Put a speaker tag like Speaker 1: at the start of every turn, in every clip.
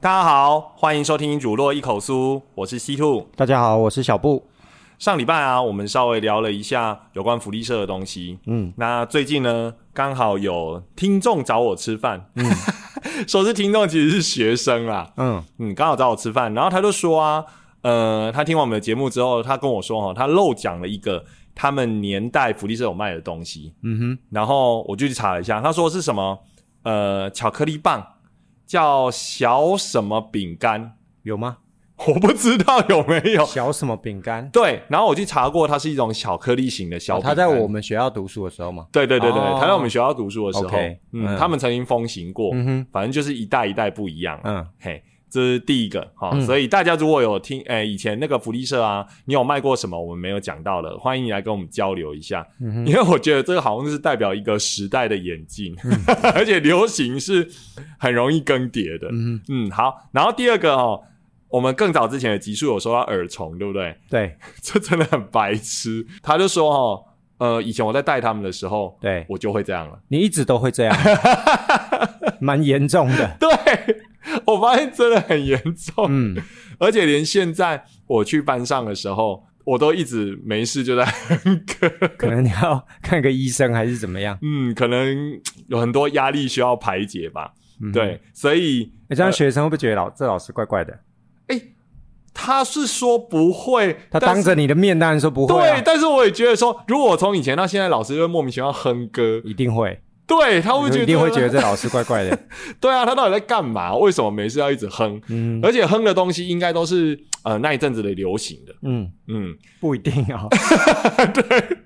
Speaker 1: 大家好，欢迎收听《乳酪一口酥》，我是西兔。
Speaker 2: 大家好，我是小布。
Speaker 1: 上礼拜啊，我们稍微聊了一下有关福利社的东西。
Speaker 2: 嗯，
Speaker 1: 那最近呢，刚好有听众找我吃饭，嗯， 说是听众，其实是学生啦。
Speaker 2: 嗯，
Speaker 1: 嗯，刚好找我吃饭，然后他就说啊，呃，他听完我们的节目之后，他跟我说哈、他漏讲了一个他们年代福利社有卖的东西，
Speaker 2: 嗯哼，
Speaker 1: 然后我就去查了一下，他说是什么？呃，巧克力棒叫小什么饼干，
Speaker 2: 有吗？
Speaker 1: 我不知道有没有。
Speaker 2: 小什么饼干？
Speaker 1: 对，然后我去查过，它是一种巧克力型的小
Speaker 2: 哦
Speaker 1: 饼
Speaker 2: 他
Speaker 1: 干、
Speaker 2: 在我们学校读书的时候嘛。
Speaker 1: 对对对对，
Speaker 2: 哦
Speaker 1: 他在我们学校读书的时候
Speaker 2: OK，
Speaker 1: 嗯，
Speaker 2: 嗯
Speaker 1: 他们曾经风行过，
Speaker 2: 嗯哼，
Speaker 1: 反正就是一代一代不一样。啊
Speaker 2: 嗯，
Speaker 1: 嘿，这是第一个好，
Speaker 2: 嗯
Speaker 1: 所以大家如果有听，诶、以前那个福利社啊，你有卖过什么我们没有讲到的，欢迎你来跟我们交流一下，
Speaker 2: 嗯哼
Speaker 1: 因为我觉得这个好像是代表一个时代的演进，
Speaker 2: 嗯
Speaker 1: 而且流行是很容易更迭的。
Speaker 2: 嗯哼，
Speaker 1: 嗯，好，然后第二个哦，我们更早之前的集数有说到耳虫，对不对？
Speaker 2: 对
Speaker 1: 这真的很白痴。他就说哦，呃，以前我在带他们的时候，
Speaker 2: 对，
Speaker 1: 我就会这样了。
Speaker 2: 你一直都会这 样，蛮严重的。
Speaker 1: 对，我发现真的很严重，
Speaker 2: 嗯，
Speaker 1: 而且连现在我去班上的时候，我都一直没事就在 哼歌。
Speaker 2: 可能你要看个医生还是怎么样？
Speaker 1: 嗯，可能有很多压力需要排解吧。
Speaker 2: 嗯哼
Speaker 1: 对，所以
Speaker 2: 诶这样学生会不会觉得老这老师怪怪的？
Speaker 1: 他是说不会，
Speaker 2: 他
Speaker 1: 但
Speaker 2: 当
Speaker 1: 是
Speaker 2: 着你的面当然说不会
Speaker 1: 对，
Speaker 2: 啊，
Speaker 1: 但是我也觉得说，如果我从以前到现在，老师就会莫名其妙哼歌，
Speaker 2: 一定会，
Speaker 1: 对他会不会觉得
Speaker 2: 一定会觉得这老师怪怪的。
Speaker 1: 对啊，他到底在干嘛？为什么没事要一直哼？
Speaker 2: 嗯
Speaker 1: 而且哼的东西应该都是呃那一阵子的流行的。
Speaker 2: 嗯，
Speaker 1: 嗯，
Speaker 2: 不一定 哦，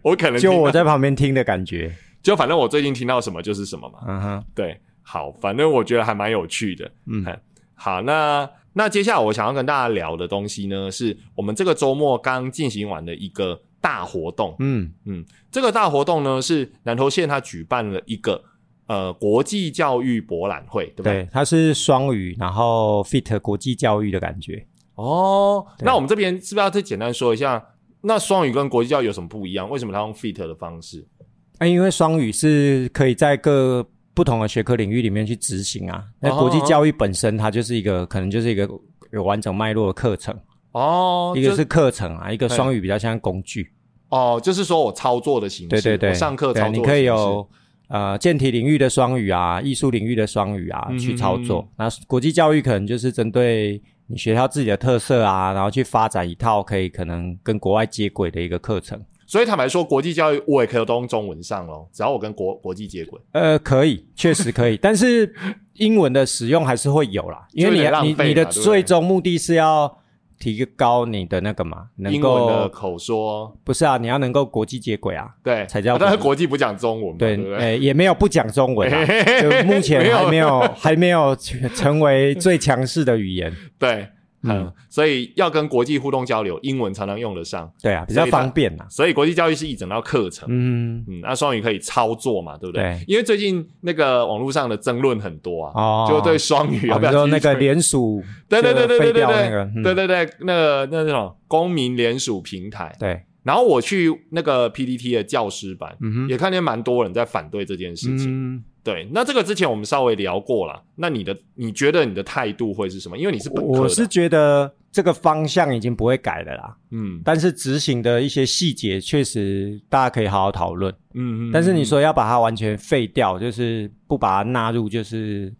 Speaker 1: 我可能听
Speaker 2: 就
Speaker 1: 到
Speaker 2: 我在旁边听的感觉。
Speaker 1: 就反正我最近听到什么就是什么嘛。
Speaker 2: 嗯哼，
Speaker 1: 对，好，反正我觉得还蛮有趣的。
Speaker 2: 嗯
Speaker 1: 哎好，那那接下来我想要跟大家聊的东西呢，是我们这个周末刚进行完的一个大活动。
Speaker 2: 嗯
Speaker 1: 这个大活动呢是南投县它举办了一个呃国际教育博览会，对不对？
Speaker 2: 对，他是双语，然后 fit 国际教育的感觉。
Speaker 1: 哦，
Speaker 2: 对
Speaker 1: 那我们这边是不是要再简单说一下，那双语跟国际教育有什么不一样？为什么它用 fit 的方式？
Speaker 2: 啊，因为双语是可以在各不同的学科领域里面去执行啊。那
Speaker 1: 哦
Speaker 2: 国际教育本身它就是一个，可能就是一个有完整脉络的课程，
Speaker 1: 哦，
Speaker 2: 一个
Speaker 1: 就是
Speaker 2: 课程啊，一个
Speaker 1: 对
Speaker 2: 双语比较像工具。
Speaker 1: 哦，就是说我操作的形式，
Speaker 2: 对对对，
Speaker 1: 我上课
Speaker 2: 对
Speaker 1: 操作的
Speaker 2: 你可以
Speaker 1: 形式
Speaker 2: 有呃健体领域的双语啊，艺术领域的双语啊
Speaker 1: 嗯
Speaker 2: 去操作。那国际教育可能就是针对。你学校自己的特色啊，然后去发展一套可以可能跟国外接轨的一个课程，
Speaker 1: 所以坦白说，国际教育我也可以都用中文上咯，只要我跟国国际接轨。
Speaker 2: 呃，可以，确 实可以，但是英文的使用还是会有啦，因
Speaker 1: 就
Speaker 2: 为
Speaker 1: 有点
Speaker 2: 你
Speaker 1: 浪费嘛
Speaker 2: 你你
Speaker 1: 对
Speaker 2: 的
Speaker 1: 不对
Speaker 2: 最终目的是要提高你的那个嘛，能
Speaker 1: 英文的
Speaker 2: 够
Speaker 1: 口说，
Speaker 2: 不是啊，你要能够国际接轨啊，
Speaker 1: 对，
Speaker 2: 才叫
Speaker 1: 啊但是
Speaker 2: 国际
Speaker 1: 国际不讲中文嘛，对
Speaker 2: 对
Speaker 1: 不，对？
Speaker 2: 呃，也没有不讲中 文啊，
Speaker 1: 嘿嘿嘿
Speaker 2: 就目
Speaker 1: 没
Speaker 2: 前
Speaker 1: 有
Speaker 2: 还没有还没有成为最强势的语言，
Speaker 1: 对，嗯，
Speaker 2: 嗯
Speaker 1: 所以要跟国际互动交流，英文才能用得上。
Speaker 2: 对啊，比较
Speaker 1: 所以它
Speaker 2: 方便啊，
Speaker 1: 所以国际教育是一整套课程。
Speaker 2: 嗯，
Speaker 1: 嗯，那双语可以操作嘛，对不对？
Speaker 2: 对
Speaker 1: 因为最近那个网络上的争论很多啊，
Speaker 2: 哦
Speaker 1: 就对双语要
Speaker 2: 我
Speaker 1: 不
Speaker 2: 们
Speaker 1: 要继
Speaker 2: 说
Speaker 1: 续
Speaker 2: 那个
Speaker 1: 推
Speaker 2: 联署，
Speaker 1: 对对对对对
Speaker 2: 废
Speaker 1: 对
Speaker 2: 掉
Speaker 1: 对
Speaker 2: 那个，嗯
Speaker 1: 对对对，那个那种公民联署平台。
Speaker 2: 对，
Speaker 1: 然后我去那个 PDT 的教师版，
Speaker 2: 嗯哼，
Speaker 1: 也看见蛮多人在反对这件事情。
Speaker 2: 嗯。
Speaker 1: 对，那这个之前我们稍微聊过了。那你的你觉得你的态度会是什么？因为你是本科的，
Speaker 2: 我是觉得这个方向已经不会改了啦，
Speaker 1: 嗯
Speaker 2: 但是执行的一些细节确实大家可以好好讨论。
Speaker 1: 嗯嗯。
Speaker 2: 但是你说要把它完全废掉，就是不把它纳入就是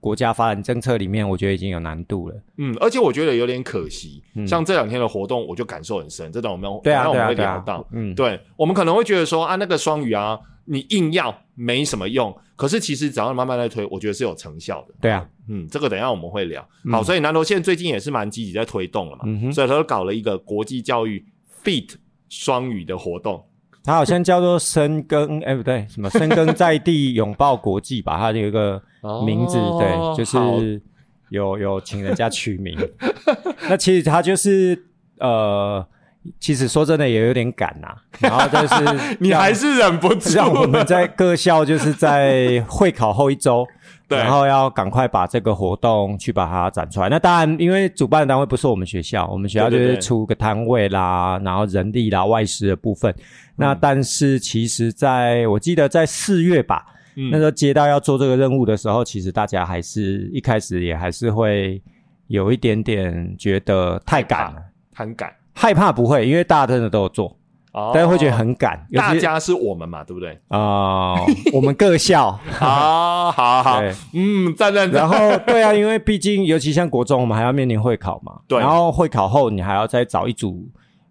Speaker 2: 国家发展政策里面，我觉得已经有难度了。
Speaker 1: 嗯，而且我觉得有点可惜。
Speaker 2: 嗯
Speaker 1: 像这两天的活动，我就感受很深。这段我们
Speaker 2: 对啊，
Speaker 1: 等一下我
Speaker 2: 对啊，
Speaker 1: 们会
Speaker 2: 对
Speaker 1: 聊
Speaker 2: 啊
Speaker 1: 到。，
Speaker 2: 嗯，
Speaker 1: 对，我们可能会觉得说啊，那个双语啊，你硬要没什么用。可是其实只要慢慢在推，我觉得是有成效的。
Speaker 2: 对啊，
Speaker 1: 嗯，这个等一下我们会聊。
Speaker 2: 嗯
Speaker 1: 好，所以南投县最近也是蛮积极在推动了嘛，
Speaker 2: 嗯哼
Speaker 1: 所以他就搞了一个国际教育 FIT 双语的活动。
Speaker 2: 它好像叫做深耕，哎，不对，什么深耕在地，拥抱国际吧，它有一个名字，
Speaker 1: 哦
Speaker 2: 对，就
Speaker 1: 好
Speaker 2: 是 有有请人家取名。那其实它就是呃，其实说真的也有点赶呐、然后就是
Speaker 1: 你
Speaker 2: 要
Speaker 1: 还是忍不住，
Speaker 2: 让我们在各校就是在会考后一周
Speaker 1: 对
Speaker 2: 然后要赶快把这个活动去把它展出来。那当然，因为主办单位不是我们学校，我们学校就
Speaker 1: 对对
Speaker 2: 是
Speaker 1: 对
Speaker 2: 出个摊位啦，然后人力啦、外师的部分。那但是其实在我记得在四月吧，
Speaker 1: 嗯
Speaker 2: 那时候接到要做这个任务的时候，其实大家还是一开始也还是会有一点点觉得太赶了，
Speaker 1: 很赶，
Speaker 2: 害怕不会，因为大家真的都有做，
Speaker 1: 哦
Speaker 2: 大家会觉得很赶，尤
Speaker 1: 大
Speaker 2: 其
Speaker 1: 家是我们嘛，对不对？
Speaker 2: 啊、我们各校。
Speaker 1: 好好哦 好
Speaker 2: 对，
Speaker 1: 嗯，赞赞赞
Speaker 2: 然，后对啊，因为毕竟尤其像国中，我们还要面临会考嘛，
Speaker 1: 对
Speaker 2: 然后会考后，你还要再找一组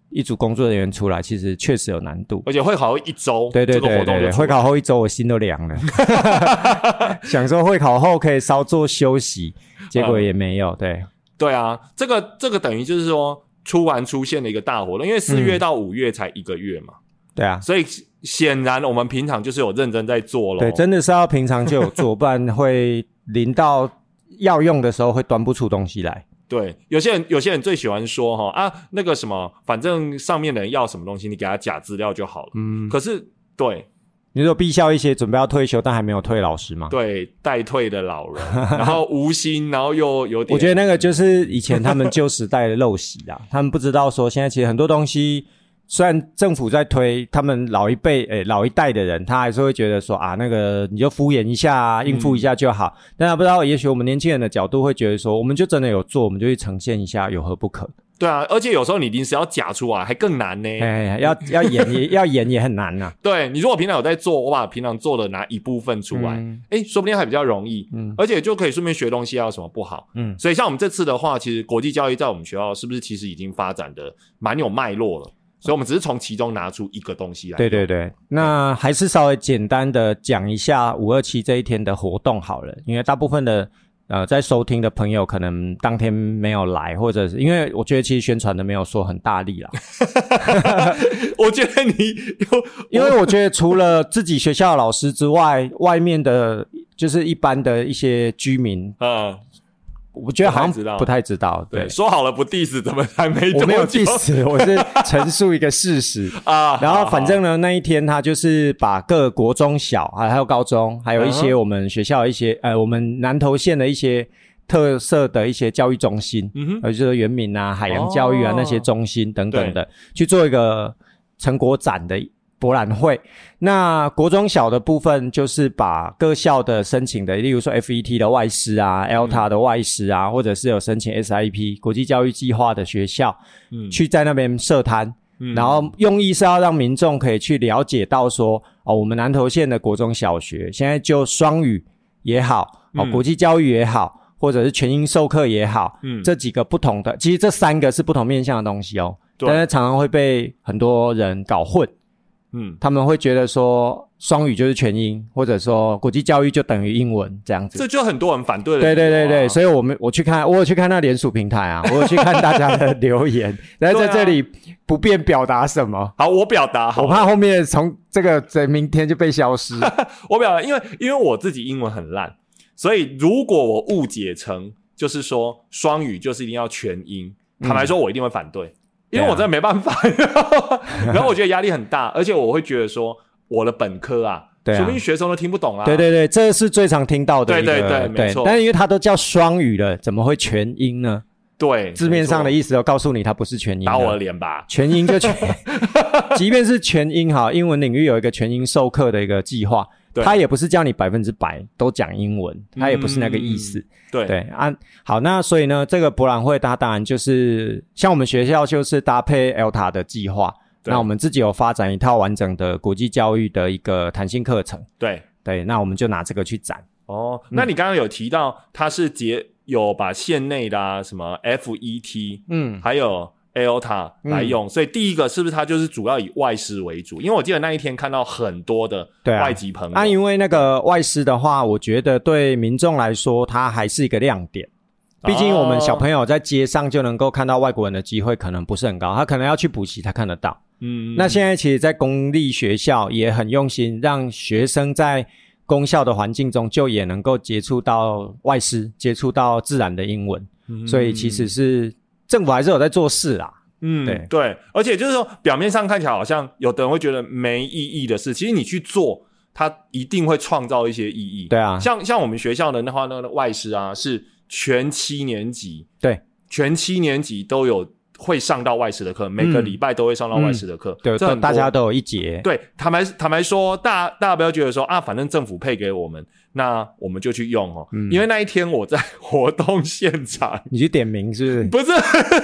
Speaker 2: 一组工作人员出来，其实确实有难度。
Speaker 1: 而且会好一周，
Speaker 2: 对对
Speaker 1: 这个
Speaker 2: 对
Speaker 1: 活动
Speaker 2: 对
Speaker 1: 就
Speaker 2: 对，会考后一周我心都凉了， 想说会考后可以稍作休息，结果也
Speaker 1: 嗯
Speaker 2: 没有。对，
Speaker 1: 对啊，这个这个等于就是说突然出现了一个大活动，因
Speaker 2: 嗯
Speaker 1: 为四月到五月才一个月嘛，
Speaker 2: 对啊，
Speaker 1: 所以显然我们平常就是有认真在做咯。
Speaker 2: 对，真的是要平常就有做，不然会临到要用的时候会端不出东西来。
Speaker 1: 对，有些人有些人最喜欢说哈啊那个什么，反正上面的人要什么东西，你给他假资料就好了。
Speaker 2: 嗯，
Speaker 1: 可是对
Speaker 2: 你说必校一些准备要退休但还没有退老师吗？
Speaker 1: 对，待退的老人，然后无心，然后又有点，
Speaker 2: 我觉得那个就是以前他们旧时代的陋习啦，他们不知道说现在其实很多东西，虽然政府在推，他们老一辈诶、老一代的人，他还是会觉得说啊那个你就敷衍一下、啊，应付一下就好。但他不知道，也许我们年轻人的角度会觉得说，我们就真的有做，我们就去呈现一下，有何不可？
Speaker 1: 对啊，而且有时候你临时要假出来还更难呢。
Speaker 2: 哎、要要演也要演也很难啊呐、
Speaker 1: 对你如果平常有在做，我把平常做的拿一部分出来，
Speaker 2: 嗯
Speaker 1: 哎、说不定还比较容易，
Speaker 2: 嗯
Speaker 1: 而且就可以顺便学东西啊，有什么不好？
Speaker 2: 嗯
Speaker 1: 所以像我们这次的话，其实国际教育在我们学校是不是其实已经发展的蛮有脉络了？所以我们只是从其中拿出一个东西来。
Speaker 2: 对对对，那还是稍微简单的讲一下五二七这一天的活动好了，因为大部分的呃在收听的朋友可能当天没有来，或者是因为我觉得其实宣传的没有说很大力 啦，
Speaker 1: 我觉得你
Speaker 2: 因为我觉得除了自己学校的老师之外，外面的就是一般的一些居民，
Speaker 1: 呃，
Speaker 2: 我觉得好
Speaker 1: 不太知道
Speaker 2: 像不太知道，
Speaker 1: 对，
Speaker 2: 对。
Speaker 1: 说好了不 diss，怎么还没
Speaker 2: 我
Speaker 1: 多
Speaker 2: 没有
Speaker 1: 久
Speaker 2: diss，我是陈述一个事实。
Speaker 1: 啊？
Speaker 2: 然后
Speaker 1: 好
Speaker 2: 反正呢，那一天他就是把各个国中小啊，还有高中，还有一
Speaker 1: 嗯
Speaker 2: 些我们学校的一些
Speaker 1: 啊
Speaker 2: 呃，我们南投县的一些特色的一些教育中心，
Speaker 1: 嗯哼，
Speaker 2: 呃，就是原民啊、海洋教育啊、
Speaker 1: 哦
Speaker 2: 那些中心等等的，去做一个成果展的博览会。那国中小的部分就是把各校的申请的，例如说 FET 的外师啊、ELTA 的外师啊，或者是有申请 SIP 国际教育计划的学校，
Speaker 1: 嗯
Speaker 2: 去在那边设摊。
Speaker 1: 嗯
Speaker 2: 然后用意是要让民众可以去了解到说，哦，我们南投县的国中小学现在就双语也好，哦，
Speaker 1: 嗯
Speaker 2: 国际教育也好，或者是全英授课也好，
Speaker 1: 嗯
Speaker 2: 这几个不同的，其实这三个是不同面向的东西哦，
Speaker 1: 对
Speaker 2: 但是常常会被很多人搞混，
Speaker 1: 嗯，
Speaker 2: 他们会觉得说双语就是全英，或者说国际教育就等于英文这样子。
Speaker 1: 这就很多人反对了。
Speaker 2: 对对对对，
Speaker 1: 啊
Speaker 2: 所以我们我去看，我有去看那联署平台啊，我有去看大家的 留言，然后在
Speaker 1: 对啊
Speaker 2: 这里不便表达什么。
Speaker 1: 好，我表达好
Speaker 2: 我
Speaker 1: 了，
Speaker 2: 怕后面从这个在明天就被消失。
Speaker 1: 我表达，因为因为我自己英文很烂，所以如果我误解成就是说双语就是一定要全英，
Speaker 2: 嗯
Speaker 1: 坦白说，我一定会反对，
Speaker 2: 啊
Speaker 1: 因为我真的没办法。 然后我觉得压力很大，而且我会觉得说我的本科啊，
Speaker 2: 对啊
Speaker 1: 说不定学生都听不懂啊。
Speaker 2: 对对对，这是最常听到的一个。
Speaker 1: 对对对没错
Speaker 2: 但是因为它都叫双语了，怎么会全英呢？
Speaker 1: 对，
Speaker 2: 字面上的
Speaker 1: 没
Speaker 2: 意思啊都告诉你它不是全英
Speaker 1: 错
Speaker 2: 的。
Speaker 1: 打我的脸吧。
Speaker 2: 全英就全， 即便是全英哈，英文领域有一个全英授课的一个计划，
Speaker 1: 对嗯
Speaker 2: 它也不是叫你百分之百都讲英文，它也不是那个意思。
Speaker 1: 对
Speaker 2: 对啊，好，那所以呢，这个博览会它当然就是像我们学校就是搭配 ELTA 的计划，
Speaker 1: 对
Speaker 2: 那我们自己有发展一套完整的国际教育的一个弹性课程，
Speaker 1: 对，
Speaker 2: 对，那我们就拿这个去展，
Speaker 1: 哦，那你刚刚有提到他是结有把县内的啊什么 FET，
Speaker 2: 嗯，
Speaker 1: 还有 Alta 来用，所以第一个是不是它就是主要以外师为主？因为我记得那一天看到很多的
Speaker 2: 对啊
Speaker 1: 外籍朋友，嗯
Speaker 2: 啊，因为那个外师的话，我觉得对民众来说，它还是一个亮点。
Speaker 1: 哦
Speaker 2: 毕竟我们小朋友在街上就能够看到外国人的机会可能不是很高，他可能要去补习才看得到。
Speaker 1: 嗯，
Speaker 2: 那现在其实，在公立学校也很用心，让学生在公校的环境中就也能够接触到外师，接触到自然的英文。
Speaker 1: 嗯
Speaker 2: 所以其实是政府还是有在做事啦。
Speaker 1: 嗯，
Speaker 2: 对
Speaker 1: 对，而且就是说，表面上看起来好像有的人会觉得没意义的事，其实你去做，它一定会创造一些意义。
Speaker 2: 对啊，
Speaker 1: 像像我们学校的那话，那个外师啊，是全七年级，
Speaker 2: 对，
Speaker 1: 全七年级都有会上到外师的课，每个礼拜都会上到外师的课，
Speaker 2: 嗯对，
Speaker 1: 这很
Speaker 2: 大
Speaker 1: 多
Speaker 2: 家都有一节，
Speaker 1: 对，坦白坦白说，大大家不要觉得说啊，反正政府配给我们，那我们就去用哦。
Speaker 2: 嗯
Speaker 1: 因为那一天我在 活动现场，
Speaker 2: 你去点名是
Speaker 1: 不是
Speaker 2: 不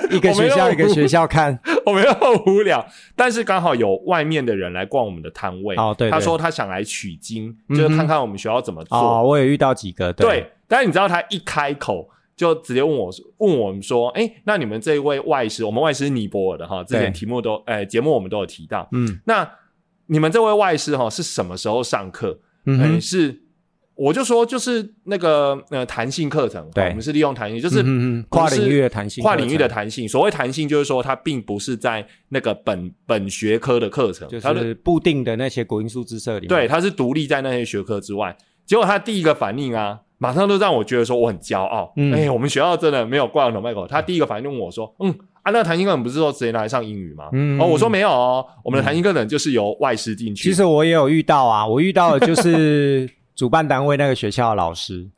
Speaker 2: 是？一 个学校一个学校看，
Speaker 1: 我没有无聊，但是刚好有外面的人来逛我们的摊位。
Speaker 2: 哦对对
Speaker 1: 他说他想来取经，
Speaker 2: 嗯哼
Speaker 1: 就是看看我们学校怎么做。
Speaker 2: 哦，我也遇到几个，
Speaker 1: 对，但是你知道他一开口就直接问我问我们说，哎，那你们这一位外师，我们外师是尼泊尔的哈，之前
Speaker 2: 对
Speaker 1: 题目都，哎，节目我们都有提到。
Speaker 2: 嗯
Speaker 1: 那你们这位外师哈是什么时候上课？
Speaker 2: 嗯
Speaker 1: 嗯，
Speaker 2: 哼，
Speaker 1: 是，我就说就是那个呃弹性课程，
Speaker 2: 对
Speaker 1: 哦我们是利用弹性，就是
Speaker 2: 嗯哼嗯哼跨领域的弹性课
Speaker 1: 跨
Speaker 2: 程，
Speaker 1: 领域的弹性。所谓弹性，就是说它并不是在那个本本学科的课程，
Speaker 2: 就
Speaker 1: 它
Speaker 2: 是固定的那些国音数之社里面，
Speaker 1: 对，它是独立在那些学科之外。结果他第一个反应啊，马上就让我觉得说我很骄傲，
Speaker 2: 嗯
Speaker 1: 哎，我们学校真的没有挂羊头卖狗。他第一个反应问我说，嗯。啊，那弹性课程不是说直接拿来上英语吗？
Speaker 2: 嗯
Speaker 1: 哦，我说没有哦，我们的弹性课程就是由外师进去。
Speaker 2: 其实我也有遇到啊，我遇到的就是 主办单位那个学校的老师，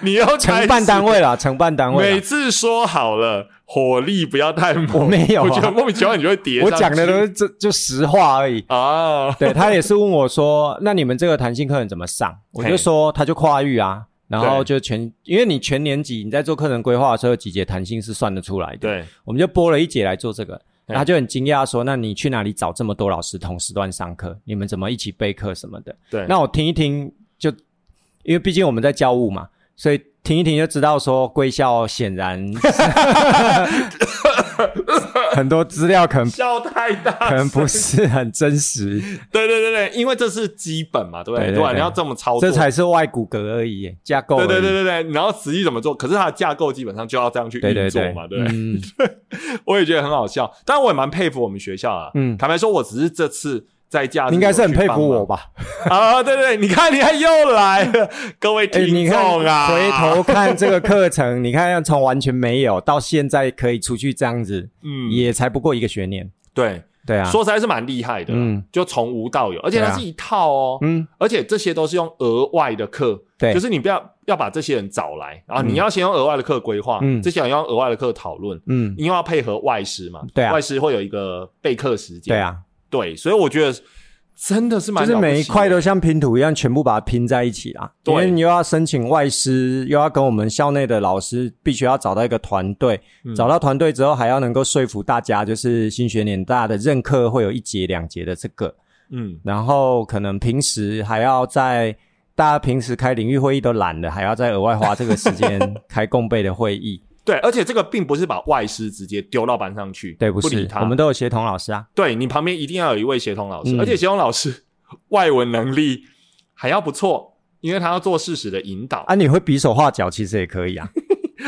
Speaker 1: 你要
Speaker 2: 承办单
Speaker 1: 位。
Speaker 2: 位啦，承办单位啊
Speaker 1: 每
Speaker 2: 啦。
Speaker 1: 次说好了，火力不要太猛。
Speaker 2: 我没有啊
Speaker 1: 我觉得莫名其妙你就会跌上
Speaker 2: 我
Speaker 1: 去。
Speaker 2: 讲的都是这就实话 而已。
Speaker 1: 啊，
Speaker 2: 对他也是问我说：“那你们这个弹性课程怎么上？”我就说他就跨域啊，然后就全，因为你全年级你在做课程规划的时候，有几节弹性是算得出来的。，
Speaker 1: 对
Speaker 2: 我们就拨了一节来做这个，
Speaker 1: 嘿
Speaker 2: 然后他就很惊讶说：“那你去哪里找这么多老师同时段上课？你们怎么一起备课什么的？”
Speaker 1: 对，
Speaker 2: 那我听一听就，因为毕竟我们在教务嘛，所以听一听就知道说贵校显然 很多资料可能
Speaker 1: 笑太大，
Speaker 2: 可能不是很真实，
Speaker 1: 对对对对，因为这是基本嘛，对不对？
Speaker 2: 对对
Speaker 1: 对吧？啊
Speaker 2: 对
Speaker 1: 你要这么操作，
Speaker 2: 这才是外骨骼而已耶，架构而
Speaker 1: 对
Speaker 2: 已。
Speaker 1: 对对对对。然后实际怎么做？可是它的架构基本上就要这样去
Speaker 2: 对
Speaker 1: 运
Speaker 2: 对
Speaker 1: 作
Speaker 2: 对
Speaker 1: 嘛，对不对？
Speaker 2: 嗯
Speaker 1: 我也觉得很好笑，但我也蛮佩服我们学校啊。
Speaker 2: 嗯
Speaker 1: 坦白说，我只是这次。在假日
Speaker 2: 应该是很佩服我
Speaker 1: 吧？
Speaker 2: 吧？
Speaker 1: 啊，对对，对你看，你看又来了，各位
Speaker 2: 哎，你
Speaker 1: 听
Speaker 2: 看
Speaker 1: 众啊，
Speaker 2: 回头看这个课程，你看从完全没有到现在可以出去这样子，
Speaker 1: 嗯，
Speaker 2: 也才不过一个学年。
Speaker 1: 对，
Speaker 2: 对啊，
Speaker 1: 说实在是蛮厉害的啦，
Speaker 2: 嗯
Speaker 1: 就从无到有，而且它
Speaker 2: 对啊
Speaker 1: 是一套哦，
Speaker 2: 嗯，
Speaker 1: 而且这些都是用额外的课，
Speaker 2: 对
Speaker 1: 就是你不要要把这些人找来，然后你要先用额外的课规划，
Speaker 2: 嗯
Speaker 1: 这些人要用额外的课讨论，
Speaker 2: 嗯，
Speaker 1: 因为要配合外师嘛，
Speaker 2: 对啊
Speaker 1: 外师会有一个备课时间，
Speaker 2: 对，啊，
Speaker 1: 对，所以我觉得真的是蛮
Speaker 2: 就是
Speaker 1: 了不起的
Speaker 2: 每一块都像拼图一样，全部把它拼在一起啦。
Speaker 1: 对
Speaker 2: 因为你又要申请外师，又要跟我们校内的老师，必须要找到一个团队。
Speaker 1: 嗯
Speaker 2: 找到团队之后，还要能够说服大家，就是新学年大家的任课会有一节两节的这个，
Speaker 1: 嗯，
Speaker 2: 然后可能平时还要在大家平时开领域会议都懒了，还要再额外花这个时 间开共备的会议。
Speaker 1: 对，而且这个并不是把外师直接丢到班上去，
Speaker 2: 对，不
Speaker 1: 不理
Speaker 2: 是，
Speaker 1: 他，
Speaker 2: 我们都有协同老师啊。
Speaker 1: 对你旁边一定要有一位协同老师，
Speaker 2: 嗯
Speaker 1: 而且协同老师外文能力还要不错，因为他要做事实的引导。
Speaker 2: 啊，你会比手画脚，其实也 可以啊。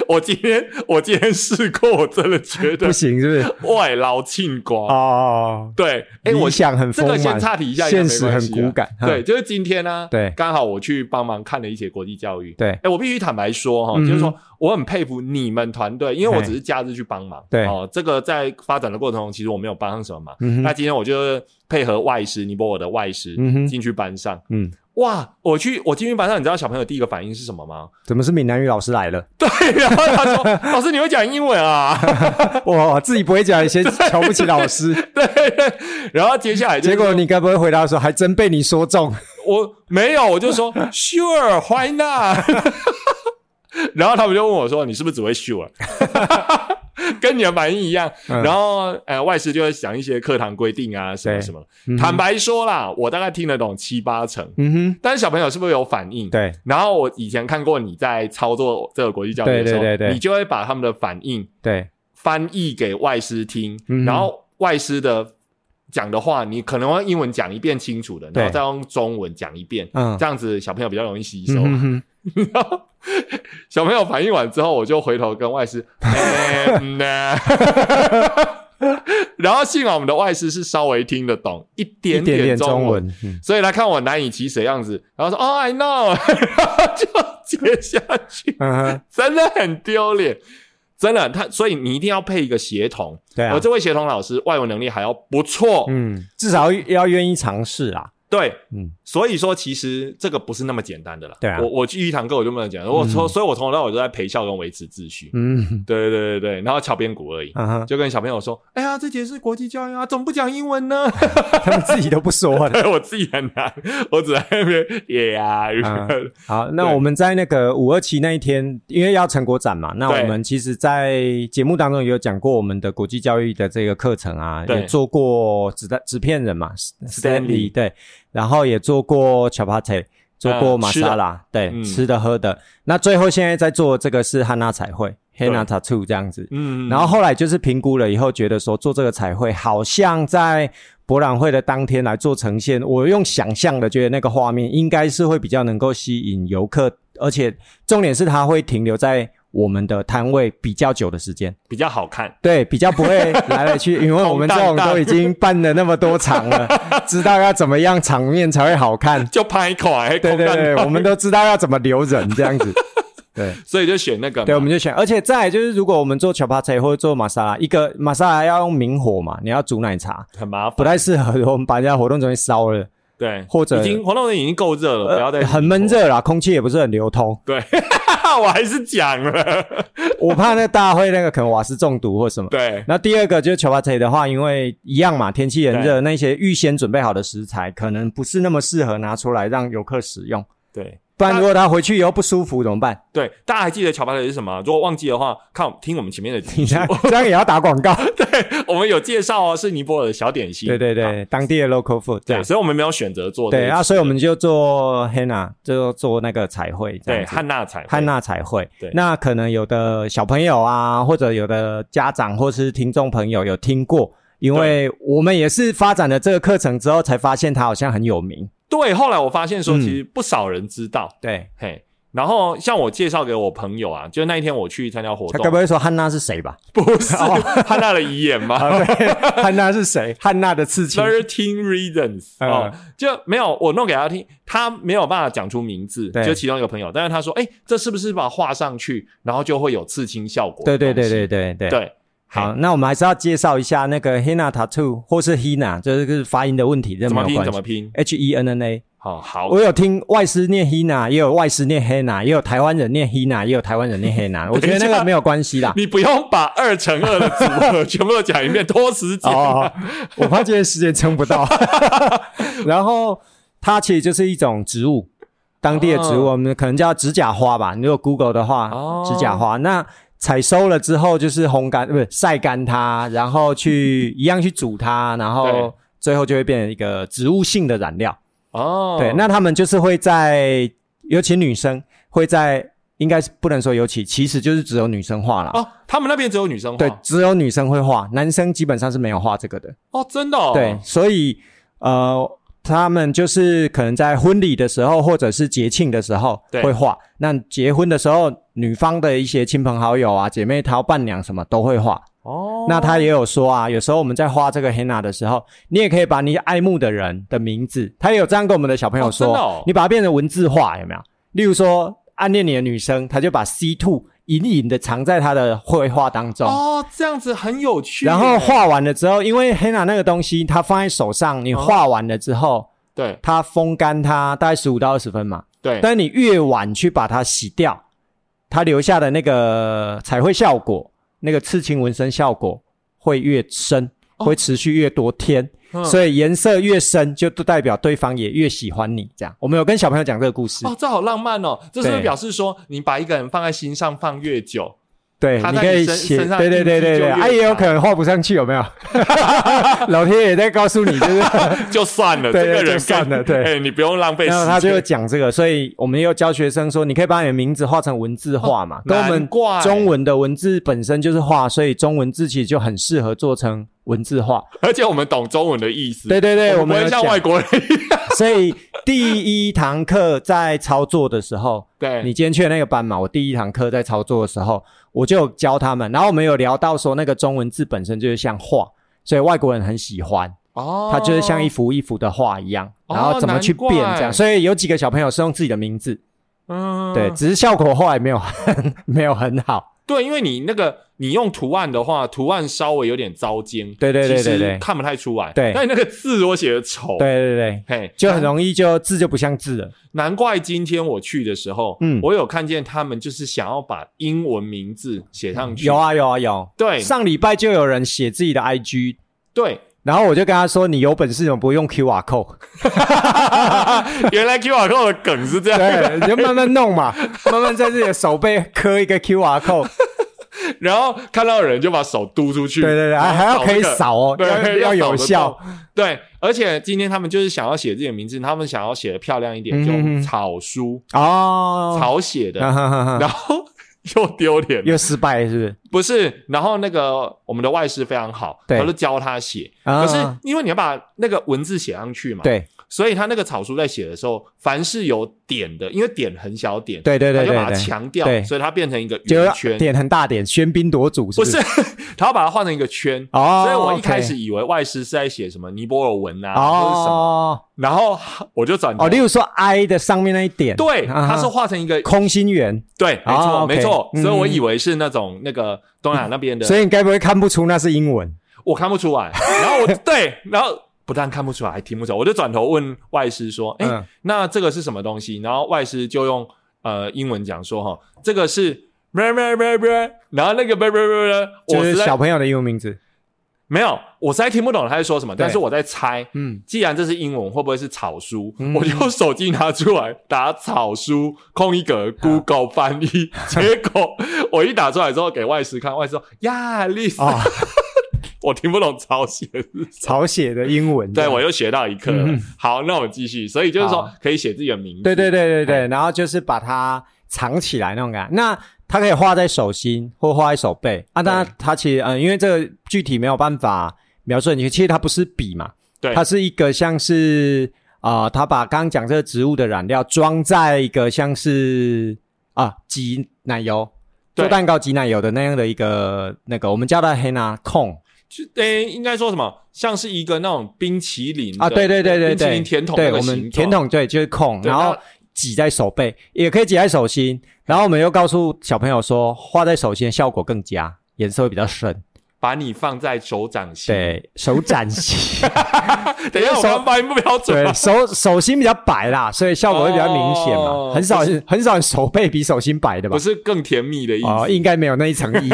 Speaker 1: 我今天我今天试过，我真的觉
Speaker 2: 不
Speaker 1: 得
Speaker 2: 行，是不是？
Speaker 1: 外劳庆瓜。
Speaker 2: 哦，
Speaker 1: 对，哎，我
Speaker 2: 理想很
Speaker 1: 这
Speaker 2: 丰
Speaker 1: 个
Speaker 2: 满，
Speaker 1: 先岔题一下，
Speaker 2: 现实很骨
Speaker 1: 感。
Speaker 2: 感。
Speaker 1: 啊对，就是今天呢、
Speaker 2: 对
Speaker 1: 刚好我去帮忙看了一些国际教育。
Speaker 2: 对
Speaker 1: 哎，我必须坦白说哈、
Speaker 2: 嗯哼
Speaker 1: 就是说我很佩服你们团队，因为我
Speaker 2: 嘿
Speaker 1: 只是假日去帮忙。
Speaker 2: 对
Speaker 1: 哦，这个在发展的过程中，其实我没有帮上什么忙。
Speaker 2: 嗯
Speaker 1: 那
Speaker 2: 哼，
Speaker 1: 今天我就配合外师尼泊尔的外师
Speaker 2: 嗯哼
Speaker 1: 进去班上，
Speaker 2: 嗯，
Speaker 1: 哇！我去我进去班上，你知道小朋友第一个反应是什么吗？
Speaker 2: 怎么是闽南语老师来了？
Speaker 1: 对，然后他说：“老师，你会讲英文啊
Speaker 2: 哇，自己不会讲，也先瞧不起 老师。？”
Speaker 1: 对对。然后接下来就
Speaker 2: 结
Speaker 1: 是
Speaker 2: 果你该不会回答说，还真被你 说中？
Speaker 1: 我没有，我就说 “Sure, why not？” 然后他们就问我说：“你是不是只会 sure？” 跟你的反应一样。
Speaker 2: 嗯
Speaker 1: 然后呃，外师就会想一些课堂规定啊，什么
Speaker 2: 对
Speaker 1: 什么的。
Speaker 2: 嗯哼
Speaker 1: 坦白说啦，我大概听得懂七八成，
Speaker 2: 嗯哼，
Speaker 1: 但是小朋友是不是有反应？
Speaker 2: 对，
Speaker 1: 然后我以前看过你在操作这个国际教育的时候，
Speaker 2: 对对对对
Speaker 1: 你就会把他们的反应
Speaker 2: 对，
Speaker 1: 翻译给外师听，
Speaker 2: 嗯哼
Speaker 1: 然后外师的讲的话，你可能用英文讲一遍清楚的，
Speaker 2: 对
Speaker 1: 然后再用中文讲一遍，
Speaker 2: 嗯
Speaker 1: 这，样子小朋友比较容易吸收。
Speaker 2: 嗯哼哼，
Speaker 1: 然后小朋友反应完之后，我就回头跟外 师，欸嗯呐 然后幸好我们的外师是稍微听得懂一
Speaker 2: 一
Speaker 1: 点
Speaker 2: 点点
Speaker 1: 中
Speaker 2: 中文，嗯
Speaker 1: 所以他看我难以启齿的样子，然后说：“哦，I know。”然后就接下去，
Speaker 2: 嗯哼，
Speaker 1: 真的很丢脸。真的，他所以你一定要配一个协同。
Speaker 2: 对啊
Speaker 1: 而，这位协同老师外文能力还要不错，
Speaker 2: 嗯，至少要愿意尝试啦。
Speaker 1: 对，
Speaker 2: 嗯
Speaker 1: 所以说其实这个不是那么简单的啦。
Speaker 2: 对啊
Speaker 1: 我我去一堂课我就不能讲，我从、所以我从头到尾都在陪笑跟维持秩序。
Speaker 2: 嗯
Speaker 1: 对对对对，然后敲边鼓而已。
Speaker 2: 啊哈，
Speaker 1: 就跟小朋友说：“哎呀，这节是国际教育啊，怎么不讲英文呢？”
Speaker 2: 他们自己都不说的。
Speaker 1: 我自己很难，我只在那边嗯耶呀、
Speaker 2: 啊
Speaker 1: 对
Speaker 2: 好，那
Speaker 1: 对
Speaker 2: 我们在那个五二七那一天，因为要成果展嘛，那
Speaker 1: 对
Speaker 2: 我们其实，在节目当中也有讲过我们的国际教育的这个课程啊，
Speaker 1: 对
Speaker 2: 也做过纸的纸片人嘛
Speaker 1: Stanley
Speaker 2: 对，然后也做过 chapati，做过
Speaker 1: 呃
Speaker 2: 玛
Speaker 1: 吃的
Speaker 2: 莎拉，对，
Speaker 1: 嗯
Speaker 2: 吃的喝的。那最后现在在做这个是汉娜彩绘 （Hana Tattoo） 这样子，
Speaker 1: 嗯，
Speaker 2: 然后后来就是评估了以后，觉得说做这个彩绘，好像在博览会的当天来做呈现，我用想象的觉得那个画面应该是会比较能够吸引游客，而且重点是它会停留在我们的摊位比较久的时间，
Speaker 1: 比较好看。
Speaker 2: 对，比较不会来来去，因为我们这种都已经办了那么多场了，知道要怎么样场面才会好看，
Speaker 1: 就拍垮，
Speaker 2: 对对对，我们都知道要怎么留人这样子，对。
Speaker 1: 所以就选那个嘛，
Speaker 2: 对，我们就选，而且再来就是，如果我们做乔巴菜或者做玛莎拉，一个玛莎拉要用明火嘛，你要煮奶茶，
Speaker 1: 很麻烦。
Speaker 2: 不太适合我们把人家活动中心烧了，
Speaker 1: 对，
Speaker 2: 或者呃
Speaker 1: 已经活动人已经够热了，不要再
Speaker 2: 很闷。热啦，空气也不是很流通，
Speaker 1: 对， 我还是讲了。
Speaker 2: 我怕那大家会那个可能瓦斯中毒或什么。
Speaker 1: 对，
Speaker 2: 那第二个就是乔巴菜的话，因为一样嘛，天气很热，那些预先准备好的食材可能不是那么适合拿出来让游客使用，
Speaker 1: 对，
Speaker 2: 不然
Speaker 1: 那
Speaker 2: 如果他回去以后不舒服怎么办？
Speaker 1: 对，大家还记得乔巴特是什么？如果忘记的话，看我听我们前面的集
Speaker 2: 你
Speaker 1: 数
Speaker 2: 这，样这样也要打广告？
Speaker 1: 我们有介绍哦，是尼泊尔的小点心。
Speaker 2: 对对
Speaker 1: 好，
Speaker 2: 对，当地的 local food 这样
Speaker 1: 对，。所以我们没有选择做这
Speaker 2: 对
Speaker 1: 个
Speaker 2: 啊，所以我们就做 henna，就做那个彩绘这
Speaker 1: 对
Speaker 2: 样子，
Speaker 1: 汉娜彩绘
Speaker 2: 汉娜彩绘。
Speaker 1: 对
Speaker 2: 那可能有的小朋友啊，或者有的家长或是听众朋友有听过，因为我们也是发展了这个课程之后，才发现它好像很有名。
Speaker 1: 对，后来我发现说，
Speaker 2: 嗯
Speaker 1: 其实不少人知道，
Speaker 2: 对，
Speaker 1: 嘿。然后像我介绍给我朋友啊，就那一天我去参加活
Speaker 2: 他哦该不
Speaker 1: 动，
Speaker 2: 会说汉娜是谁吧？
Speaker 1: 不 是汉娜的遗言吗？
Speaker 2: 啊， 对，汉娜是谁？汉娜的刺青。
Speaker 1: Thirteen reasons
Speaker 2: 嗯
Speaker 1: 哦，就没有我弄给他听，他没有办法讲出名字，
Speaker 2: 对
Speaker 1: 就其中一个朋友，但是他说，哎、这是不是把它画上去，然后就会有刺青效果
Speaker 2: 对
Speaker 1: 的
Speaker 2: 对
Speaker 1: 东
Speaker 2: 对
Speaker 1: 西？
Speaker 2: 对对对。
Speaker 1: 对，哎
Speaker 2: 好，那我们还是要介绍一下那个 henna tattoo 或是 henna，这个是发音的问题，这
Speaker 1: 怎么
Speaker 2: 没有
Speaker 1: 拼
Speaker 2: 关
Speaker 1: 怎
Speaker 2: 系
Speaker 1: 么。拼？
Speaker 2: H E N N A，
Speaker 1: 好好，
Speaker 2: 我有听外师念 Hina，也有外师念 Hena，也有台湾人念 Hina，也有台湾人念 Hena。我觉得那个没有关系啦。
Speaker 1: 你不用把二乘二的组 合全部都讲一遍，拖时间。
Speaker 2: 哦， 我怕今天时间撑不到。然后它其实就是一种植物，当地的植物，
Speaker 1: 哦
Speaker 2: 我们可能叫指甲花吧。你如果 Google 的话，
Speaker 1: 哦
Speaker 2: 指甲花那。采收了之后就是烘干，呃不是晒干它，然后去一样去煮它，然
Speaker 1: 对
Speaker 2: 后最后就会变成一个植物性的染料。
Speaker 1: 哦，
Speaker 2: 对，那他们就是会在，尤其女生会在，应该是不能说尤其，其实就是只有女生画啦。
Speaker 1: 哦，他们那边只有女生
Speaker 2: 对
Speaker 1: 画，
Speaker 2: 只有女生会画，男生基本上是没有画这个的。
Speaker 1: 哦，真的、哦，
Speaker 2: 对，所以呃，他们就是可能在婚礼的时候，或者是节庆的时候
Speaker 1: 对
Speaker 2: 会画。那结婚的时候，女方的一些亲朋好友啊、姐妹淘、伴娘什么都会画。
Speaker 1: 哦，
Speaker 2: 那他也有说啊，有时候我们在画这个 henna 的时候，你也可以把你爱慕的人的名字，他也有这样跟我们的小朋友
Speaker 1: 哦
Speaker 2: 说，
Speaker 1: 真的哦
Speaker 2: 你把它变成文字化，有没有？例如说暗恋你的女生，他就把 C two 隐隐的藏在他的绘画当中。
Speaker 1: 哦，这样子很有趣耶。
Speaker 2: 然后画完了之后，因为 henna 那个东西，它放在手上，
Speaker 1: 哦
Speaker 2: 你画完了之后，
Speaker 1: 对
Speaker 2: 它风干它大概十五到二十分嘛。
Speaker 1: 对，
Speaker 2: 但你越晚去把它洗掉，它留下的那个彩绘效果，那个刺青纹身效果会越深，
Speaker 1: 哦
Speaker 2: 会持续越多天，
Speaker 1: 嗯
Speaker 2: 所以颜色越深，就代表对方也越喜欢你。这样，我们有跟小朋友讲这个故事，
Speaker 1: 哦，这好浪漫哦！这是不是
Speaker 2: 对
Speaker 1: 表示说，你把一个人放在心上放越久，
Speaker 2: 对，
Speaker 1: 它
Speaker 2: 你
Speaker 1: 在
Speaker 2: 可
Speaker 1: 你
Speaker 2: 以
Speaker 1: 身
Speaker 2: 写，
Speaker 1: 身上
Speaker 2: 对对对对
Speaker 1: 印记就
Speaker 2: 对，
Speaker 1: 越
Speaker 2: 啊，也有
Speaker 1: 强
Speaker 2: 可能画不上去，有没有？ 老天爷在告诉你，就是
Speaker 1: 就算了，
Speaker 2: 对
Speaker 1: 这个人
Speaker 2: 就算了
Speaker 1: 跟
Speaker 2: 对
Speaker 1: 哎，你不用浪费时
Speaker 2: 然后
Speaker 1: 间。
Speaker 2: 他就会讲这个，所以我们又教学生说，你可以把你的名字画成文字画嘛，跟我
Speaker 1: 难
Speaker 2: 们
Speaker 1: 怪
Speaker 2: 中文的文字本身就是画，所以中文字其实就很适合做成文字画。
Speaker 1: 而且我们懂中文的意思，
Speaker 2: 对对对，我
Speaker 1: 不
Speaker 2: 们
Speaker 1: 会
Speaker 2: 有
Speaker 1: 像外
Speaker 2: 讲。
Speaker 1: 国人一样。
Speaker 2: 所以第一堂课在操作的时候，
Speaker 1: 对，
Speaker 2: 你今天去的那个班嘛，我第一堂课在操作的时候，我就有教他们，然后我们有聊到说，那个中文字本身就是像画，所以外国人很喜欢。
Speaker 1: 哦，
Speaker 2: 它就是像一幅一幅的画一样，
Speaker 1: 哦
Speaker 2: 然后怎么去变
Speaker 1: 难
Speaker 2: 这
Speaker 1: 怪
Speaker 2: 样，所以有几个小朋友是用自己的名字，
Speaker 1: 嗯
Speaker 2: 对，只是效果后来没有很没有很好。
Speaker 1: 对，因为你那个你用图案的话，图案稍微有点糟尖，
Speaker 2: 对对对
Speaker 1: 其实
Speaker 2: 对对
Speaker 1: 看不太出来。
Speaker 2: 对
Speaker 1: 但你那个字我写的丑，，
Speaker 2: 对对对，
Speaker 1: 嘿，
Speaker 2: 就很容易就字就不像字了。
Speaker 1: 难怪今天我去的时候，
Speaker 2: 嗯
Speaker 1: 我有看见他们就是想要把英文名字写上去。
Speaker 2: 有，啊有啊有，
Speaker 1: 对
Speaker 2: 上礼拜就有人写自己的 IG，
Speaker 1: 对，
Speaker 2: 然后我就跟他说：“你有本事怎么不用 QR code？”
Speaker 1: 原来 QR code 的梗是这样。
Speaker 2: 对，你就慢慢弄嘛，慢慢在自己的手背刻一个 QR code。
Speaker 1: 然后看到有人就把手嘟出去，
Speaker 2: 对对对，还还
Speaker 1: 然
Speaker 2: 要
Speaker 1: 后
Speaker 2: 可以
Speaker 1: 那个
Speaker 2: 扫哦，
Speaker 1: 对
Speaker 2: 要
Speaker 1: 要嗯扫
Speaker 2: 有
Speaker 1: 得
Speaker 2: 效
Speaker 1: 到。对，而且今天他们就是想要写自己的名字，他们想要写的漂亮一点，
Speaker 2: 嗯
Speaker 1: 就
Speaker 2: 嗯嗯
Speaker 1: 用草书、
Speaker 2: 哦，
Speaker 1: 草写的，
Speaker 2: 啊哈哈哈
Speaker 1: 然后又丢脸，
Speaker 2: 又失败了是不是？
Speaker 1: 不是？然后那个我们的外师非常好，
Speaker 2: 对
Speaker 1: 他就教他写，
Speaker 2: 啊
Speaker 1: 可是因为你要把那个文字写上去嘛，，
Speaker 2: 对
Speaker 1: 所以他那个草书在写的时候，凡是有点的，因为点很小点，
Speaker 2: 对对
Speaker 1: 他
Speaker 2: 对
Speaker 1: 就把它
Speaker 2: 对对，
Speaker 1: 强调，
Speaker 2: 对
Speaker 1: 所以它变成一个
Speaker 2: 就
Speaker 1: 圆
Speaker 2: 要
Speaker 1: 圈，
Speaker 2: 点很大点，喧宾夺主是
Speaker 1: 不
Speaker 2: 不
Speaker 1: 是
Speaker 2: 是？，
Speaker 1: 他要把它画成一个圈。
Speaker 2: 哦，
Speaker 1: 所以我一开
Speaker 2: OK
Speaker 1: 始以为外师是在写什么尼泊尔文啊，或者是什么，
Speaker 2: 哦
Speaker 1: 然后 我就转头
Speaker 2: 哦，例如说 I 的上面那一点，
Speaker 1: 对，
Speaker 2: 啊哈
Speaker 1: 它是画成一个
Speaker 2: 空心圆，
Speaker 1: 对，没
Speaker 2: 哦
Speaker 1: 错，
Speaker 2: ，OK，
Speaker 1: 没错，
Speaker 2: 嗯
Speaker 1: 所以我以为是那种那个东南亚那边的，
Speaker 2: 所以你该不会看不出那是英文？
Speaker 1: 我看不出 来。然后我对，然后不但看不出来，还听不懂，我就转头问外师说：“哎、
Speaker 2: 嗯
Speaker 1: 那这个是什么东西？”然后外师就用呃英文讲说：“哈，这个是。”然后那个
Speaker 2: 就
Speaker 1: 我
Speaker 2: 是
Speaker 1: 实在
Speaker 2: 小朋友的英文名字。
Speaker 1: 没有，我实在听不懂他在说什么，
Speaker 2: 对
Speaker 1: 但是我在猜，
Speaker 2: 嗯，
Speaker 1: 既然这是英文，会不会是草书？
Speaker 2: 嗯
Speaker 1: 我就手机拿出来打草书，空一格
Speaker 2: 嗯
Speaker 1: Google 翻 译，结果我一打出来之后给外师看，外师说呀，Liz，、
Speaker 2: 哦，
Speaker 1: 我听不懂草写是什么
Speaker 2: 草写的英文。
Speaker 1: 对我又学到一课了。
Speaker 2: 啊嗯
Speaker 1: 好，那我们继续，所以就是说
Speaker 2: 好
Speaker 1: 可以写自己的名字，哎
Speaker 2: 对对对对对，然后就是把它藏起来那种感觉。那它可以画在手心或画在手背啊。当然
Speaker 1: 对，
Speaker 2: 它其实嗯、呃因为这个具体没有办法描述进去，其实它不是笔嘛，
Speaker 1: 对
Speaker 2: 它是一个像是啊、呃，它把刚刚讲这个植物的染料装在一个像是啊挤奶油。
Speaker 1: 对
Speaker 2: 做蛋糕挤奶油的那样的一个那个，我们叫它黑拿控
Speaker 1: 就诶、应该说什么，像是一个那种冰淇淋的
Speaker 2: 啊，对对对对
Speaker 1: 冰淇
Speaker 2: 对，
Speaker 1: 淋甜筒那
Speaker 2: 对
Speaker 1: 个
Speaker 2: 我
Speaker 1: 形
Speaker 2: 们
Speaker 1: 状
Speaker 2: 甜筒对就是控，
Speaker 1: 对
Speaker 2: 然后
Speaker 1: 那
Speaker 2: 挤在手背，也可以挤在手心。然后我们又告诉小朋友说，画在手心的效果更佳，颜色会比较深。
Speaker 1: 把你放在手掌心。，
Speaker 2: 对，手 掌心，
Speaker 1: 等一下我
Speaker 2: 手
Speaker 1: 刚发音不标准
Speaker 2: 对手手心比较白啦，所以效果会比较明显嘛。
Speaker 1: 哦
Speaker 2: 很少人很少人手背比手心白的吧
Speaker 1: 不？是更甜蜜的意思。
Speaker 2: 哦，应该没有那一层意义。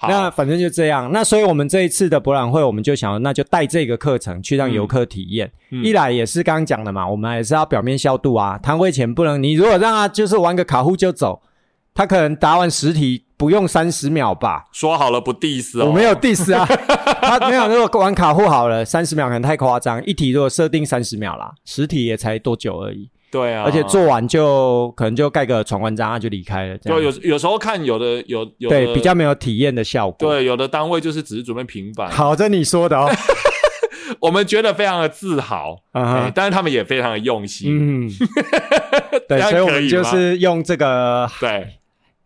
Speaker 1: 好
Speaker 2: 那反正就这样。那所以我们这一次的博览会，我们就想要，那就带这个课程去让游客体验。
Speaker 1: 嗯
Speaker 2: 一来也是刚刚讲的嘛，我们也是要表面消毒啊，摊位前不能，你如果让他就是玩个卡户就走，他可能答完十题不用三十秒吧。
Speaker 1: 说好了不 diss 哦，
Speaker 2: 我没有 diss 啊， 他没有。如果玩卡户好了，三十秒可能太夸张，一题如果设定三十秒啦，十题也才多久而已，
Speaker 1: 对啊，
Speaker 2: 而且做完就可能就盖个闯关章啊就离开了，这
Speaker 1: 就有
Speaker 2: 样
Speaker 1: 有时候看有的有有的
Speaker 2: 对比较没有体验的效果。
Speaker 1: 对有的单位就是只是准备平板，
Speaker 2: 好，这你说 的哦。
Speaker 1: 我们觉得非常的自豪，
Speaker 2: 嗯哼
Speaker 1: 哎但是他们也非常的用心，
Speaker 2: 嗯，
Speaker 1: 这
Speaker 2: 对，
Speaker 1: 样
Speaker 2: 所以我
Speaker 1: 可以
Speaker 2: 们
Speaker 1: 吗
Speaker 2: 就是用这个
Speaker 1: 对，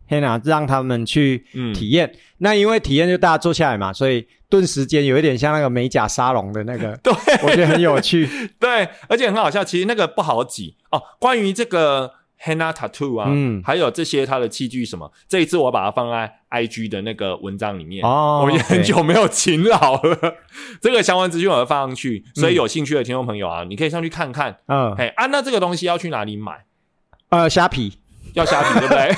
Speaker 2: 黑 a 让他们去
Speaker 1: 嗯，
Speaker 2: 体验。那因为体验就大家坐下来嘛，所以顿时间有一点像那个美甲沙龙的那个，
Speaker 1: 对
Speaker 2: 我觉得很有 趣。
Speaker 1: 对，而且很好笑，其实那个不好挤哦。关于这个 henna tattoo 啊，
Speaker 2: 嗯
Speaker 1: 还有这些它的器具什么，这一次我把它放在 IG 的那个文章里面
Speaker 2: 哦
Speaker 1: 我们也很
Speaker 2: OK
Speaker 1: 久没有勤劳了， 这个相关资讯我会放上去，所以有兴趣的听众朋友啊，你可以上去看看。
Speaker 2: 嗯，
Speaker 1: 哎、啊，那这个东西要去哪里买？
Speaker 2: 呃，虾皮，
Speaker 1: 要虾皮对不对？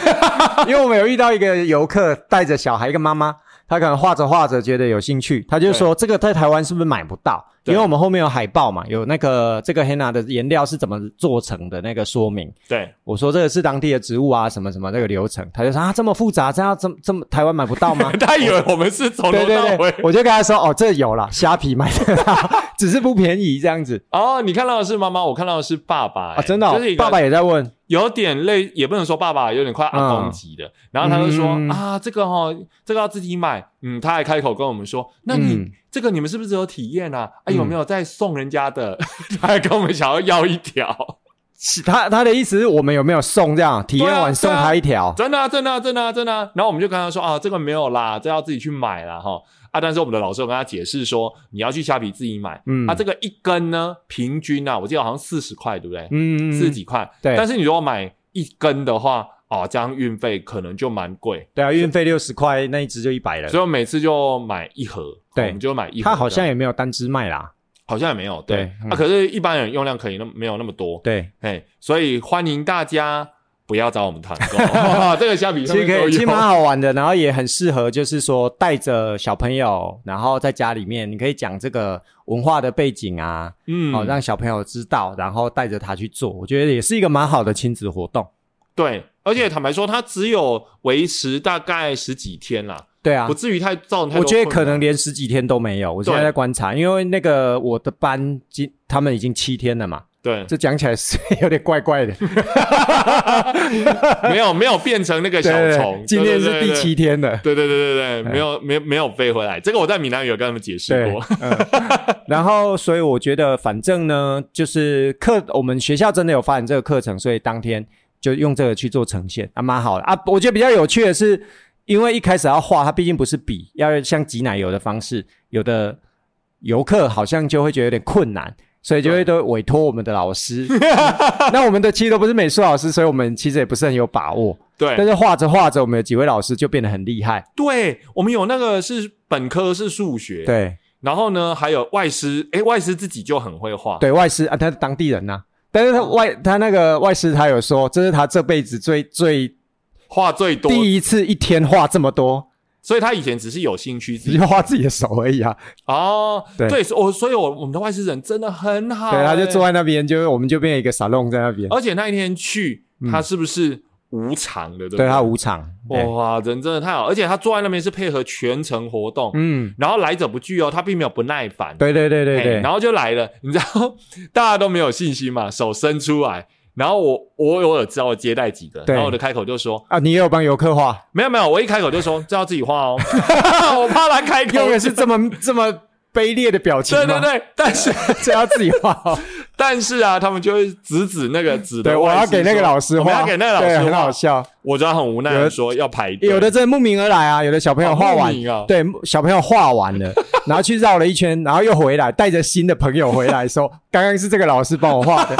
Speaker 2: 因为我们有遇到一个游客带着小孩，一个妈妈，她可能画着画着觉得有兴趣，她就说这个在台湾是不是买不到？因
Speaker 1: 对
Speaker 2: 为我们后面有海报嘛，有那个这个黑 a 的颜料是怎么做成的那个说明。
Speaker 1: 对，？
Speaker 2: 我说这个是当地的植物啊，什么什么那个流程，他就说啊这么复杂，这样这么这么台湾买不到吗
Speaker 1: 他以为我们是 从
Speaker 2: 对
Speaker 1: 头到
Speaker 2: 对
Speaker 1: 尾
Speaker 2: 对，我就跟他说哦这有啦，虾皮买得到， 只是不便宜这样子
Speaker 1: 哦，你看到的是妈妈，我看到的是爸爸、
Speaker 2: 啊，
Speaker 1: 哎
Speaker 2: 真的、
Speaker 1: 就是
Speaker 2: 哦
Speaker 1: 一，个
Speaker 2: 爸爸也在问，
Speaker 1: 有点类，也不能说爸爸，有点快阿公级的。然后他就说、
Speaker 2: 嗯
Speaker 1: 啊，这个哦，这个要自己买。嗯，他还开口跟我们说，那你、
Speaker 2: 嗯
Speaker 1: 这个你们是不是只有体验啊？啊，
Speaker 2: 嗯
Speaker 1: 有没有在送人家的？ 他还跟我们想要要一条，
Speaker 2: 是他他的意思是我们有没有送这样，体验
Speaker 1: 对啊
Speaker 2: 完送他一条，
Speaker 1: 真的、啊，真的、啊，真的、啊，真的、啊。然后我们就跟他说啊，这个没有啦，这要自己去买啦哈。啊，但是我们的老师有跟他解释说，你要去虾皮自己买。
Speaker 2: 嗯
Speaker 1: 啊，这个一根呢，平均啊，我记得好像四十块，对不对？
Speaker 2: 嗯
Speaker 1: 四十几块。
Speaker 2: 对
Speaker 1: 但是你如果买一根的话，哦，这样运费可能就蛮贵，
Speaker 2: 对啊，运费六十块，那一只就一百了。
Speaker 1: 所以我每次就买一盒，
Speaker 2: 对
Speaker 1: 我们就买一盒这
Speaker 2: 它
Speaker 1: 样。
Speaker 2: 好像也没有单只卖啦。
Speaker 1: 好像也没有，对
Speaker 2: 对嗯
Speaker 1: 啊，可是一般人用量可以那没有那么多，
Speaker 2: 对，
Speaker 1: 哎，所以欢迎大家不要找我们团 购，这个虾皮
Speaker 2: 其
Speaker 1: 上面
Speaker 2: 实可
Speaker 1: 都
Speaker 2: 以，其实
Speaker 1: 有。
Speaker 2: 蛮好玩的，然后也很适合，就是说带着小朋友，然后在家里面，你可以讲这个文化的背景啊，
Speaker 1: 嗯，
Speaker 2: 哦，让小朋友知道，然后带着他去做，我觉得也是一个蛮好的亲子活动。
Speaker 1: 对，而且坦白说，它只有维持大概十几天啦，
Speaker 2: 对啊
Speaker 1: 不，至于太造成太多
Speaker 2: 我觉得
Speaker 1: 困
Speaker 2: 可
Speaker 1: 扰
Speaker 2: 能连十几天都没有。我现在
Speaker 1: 对
Speaker 2: 在观察，因为那个我的班今他们已经七天了嘛，
Speaker 1: 对，
Speaker 2: 这讲起来是 有点怪怪的。
Speaker 1: 没有没有变成那个小
Speaker 2: 对对
Speaker 1: 虫
Speaker 2: 对，今
Speaker 1: 对
Speaker 2: 天是第七。嗯天了。
Speaker 1: 对对对对对对对对，没有没有没有飞回来，这个我在闽南语有跟他们解释
Speaker 2: 对
Speaker 1: 过。，
Speaker 2: 然后所以我觉得，反正呢，就是课我们学校真的有发展这个课程，所以当天就用这个去做呈现，啊，蛮好的啊。我觉得比较有趣的是，因为一开始要画，它毕竟不是笔，要像挤奶油的方式，有的游客好像就会觉得有点困难。所以就会都委托我们的老师，那我们的其实都不是美术老师，所以我们其实也不是很有把握。但
Speaker 1: 对
Speaker 2: 是画着画着，我们有几位老师就变得很厉害。
Speaker 1: 对，我们有那个是本科是数学，
Speaker 2: 对，
Speaker 1: 然后呢，还有外师，诶，外师自己就很会画。
Speaker 2: 对外师啊，他是当地人呐、但是他
Speaker 1: 哦
Speaker 2: 外他那个外师他有说，这是他这辈子最最
Speaker 1: 画最多，
Speaker 2: 第一次一天画这么多，
Speaker 1: 所以他以前只是有兴趣自
Speaker 2: 只
Speaker 1: 己
Speaker 2: 是画自己的手而已啊。
Speaker 1: 哦，
Speaker 2: 对
Speaker 1: 对，我所以我我们的外事人真的很好、
Speaker 2: 对，他就
Speaker 1: 欸
Speaker 2: 坐在那边，就我们就变成一个沙龙在那边。
Speaker 1: 而且那一天去，他是不是无偿的？对不
Speaker 2: 嗯对他无偿，
Speaker 1: 哦
Speaker 2: 对，
Speaker 1: 哇，人真的太好，而且他坐在那边是配合全程活动，
Speaker 2: 嗯，
Speaker 1: 然后来者不拒哦，他并没有不耐烦，
Speaker 2: 对对对对
Speaker 1: 嘿
Speaker 2: 对，
Speaker 1: 然后就来了， 你知道大家都没有信心嘛，手伸出来。然后我我我有知道我接待几个，
Speaker 2: 对
Speaker 1: 然后我的开口就说
Speaker 2: 啊，你也有帮游客画，
Speaker 1: 没有没有，我一开口就说这要自己画 哦，我怕他开口
Speaker 2: 用的是 这么这么卑劣的表情
Speaker 1: 对
Speaker 2: 吗，
Speaker 1: 对对，但是
Speaker 2: 对，这要自己画哦，
Speaker 1: 但是啊，他们就会指指那个指的
Speaker 2: 对我
Speaker 1: 外
Speaker 2: 要
Speaker 1: 师
Speaker 2: 给那个
Speaker 1: 说
Speaker 2: 老师
Speaker 1: 我们
Speaker 2: 画，
Speaker 1: 要给那个老
Speaker 2: 对
Speaker 1: 师
Speaker 2: 很
Speaker 1: 画
Speaker 2: 好笑。
Speaker 1: 我就很无奈
Speaker 2: 有
Speaker 1: 的
Speaker 2: 的
Speaker 1: 说要排队，
Speaker 2: 有的真的慕名而来啊，有的小朋友画
Speaker 1: 哦
Speaker 2: 完
Speaker 1: 慕名啊，
Speaker 2: 对，小朋友画完了， 然后去绕了一圈，然后又回来，带着新的朋友回来说， 刚刚是这个老师帮我 画的，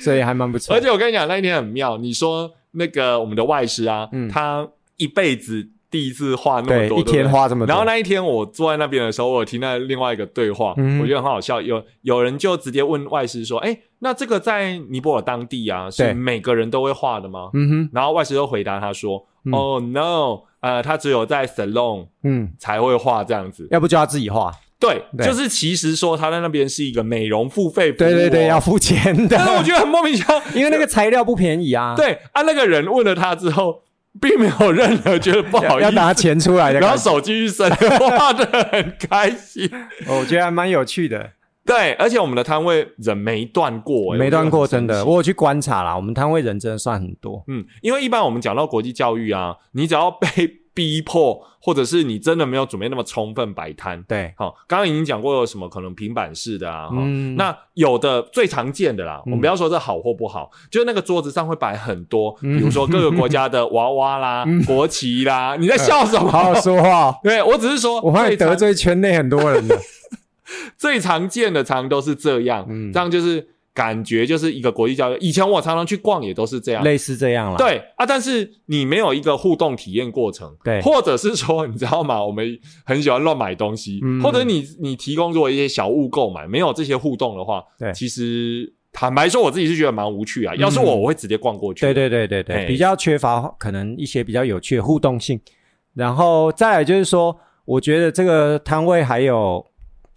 Speaker 2: 所以还蛮不错。
Speaker 1: 而且我跟你讲那一天很妙，你说那个我们的外师啊，
Speaker 2: 嗯
Speaker 1: 他一辈子第一次画那么
Speaker 2: 对，
Speaker 1: 多，
Speaker 2: 一
Speaker 1: 对不
Speaker 2: 天
Speaker 1: 对
Speaker 2: 画这么多，
Speaker 1: 然后？那一天我坐在那边的时候，我有听到另外一个对话，
Speaker 2: 嗯
Speaker 1: 我觉得很好笑。有有人就直接问外师说：“哎，那这个在尼泊尔当地啊，是
Speaker 2: 对
Speaker 1: 每个人都会画的吗？”
Speaker 2: 嗯哼，
Speaker 1: 然后外师就回答他说：“
Speaker 2: 嗯
Speaker 1: 哦、no，呃，他只有在 salon
Speaker 2: 嗯，
Speaker 1: 才会画这样子。
Speaker 2: 要不就要自己画，
Speaker 1: 对，
Speaker 2: 对
Speaker 1: 就是其实说他在那边是一个美容付费服务、哦
Speaker 2: 对对对，要。付钱
Speaker 1: 但是我
Speaker 2: 的，
Speaker 1: 觉得很莫名其妙，
Speaker 2: 因为那个材料不便宜啊，，
Speaker 1: 对啊，那个人问了他之后，并没有任何觉得不好意
Speaker 2: 要
Speaker 1: 思，
Speaker 2: 拿钱出来的
Speaker 1: 然后
Speaker 2: 感觉，
Speaker 1: 手继续伸， 画的很开心。
Speaker 2: 哦我觉得还蛮有趣的，
Speaker 1: 对，而且我们的摊位人没断过、欸，
Speaker 2: 没断过，真
Speaker 1: 我觉得很
Speaker 2: 的，
Speaker 1: 神奇。
Speaker 2: 我有去观察啦，我们摊位人真的算很多，
Speaker 1: 嗯，因为一般我们讲到国际教育啊，你只要被 逼迫，或者是你真的没有准备那么充分摆摊，
Speaker 2: 对，
Speaker 1: 好、刚刚已经讲过有什么可能平板式的啊，哈、
Speaker 2: 嗯
Speaker 1: 那有的最常见的啦，我们
Speaker 2: 嗯
Speaker 1: 不要说这好或不好，就是那个桌子上会摆很多，
Speaker 2: 嗯
Speaker 1: 比如说各个国家的娃娃 啦、国旗啦，你在笑什么？
Speaker 2: 好好说话哦，
Speaker 1: 对我只是说，
Speaker 2: 我怕
Speaker 1: 最
Speaker 2: 你
Speaker 1: 常
Speaker 2: 得罪圈内很多 人了，
Speaker 1: 最常见的常都是这样，
Speaker 2: 嗯
Speaker 1: 这样就是感觉就是一个国际交流。以前我常常去逛也都是这样，
Speaker 2: 类似这样啦，
Speaker 1: 对啊，但是你没有一个互动体验过程，
Speaker 2: 对
Speaker 1: 或者是说你知道吗？我们很喜欢乱买东西，
Speaker 2: 嗯
Speaker 1: 或者你你提供如果一些小物购买，没有这些互动的话，
Speaker 2: 对嗯
Speaker 1: 其实坦白说我自己是觉得蛮无趣啊。要是我，我会直接逛过去。
Speaker 2: 对对对对
Speaker 1: 哎
Speaker 2: 对，比较缺乏可能一些比较有趣的互动性。然后再来就是说，我觉得这个摊位还有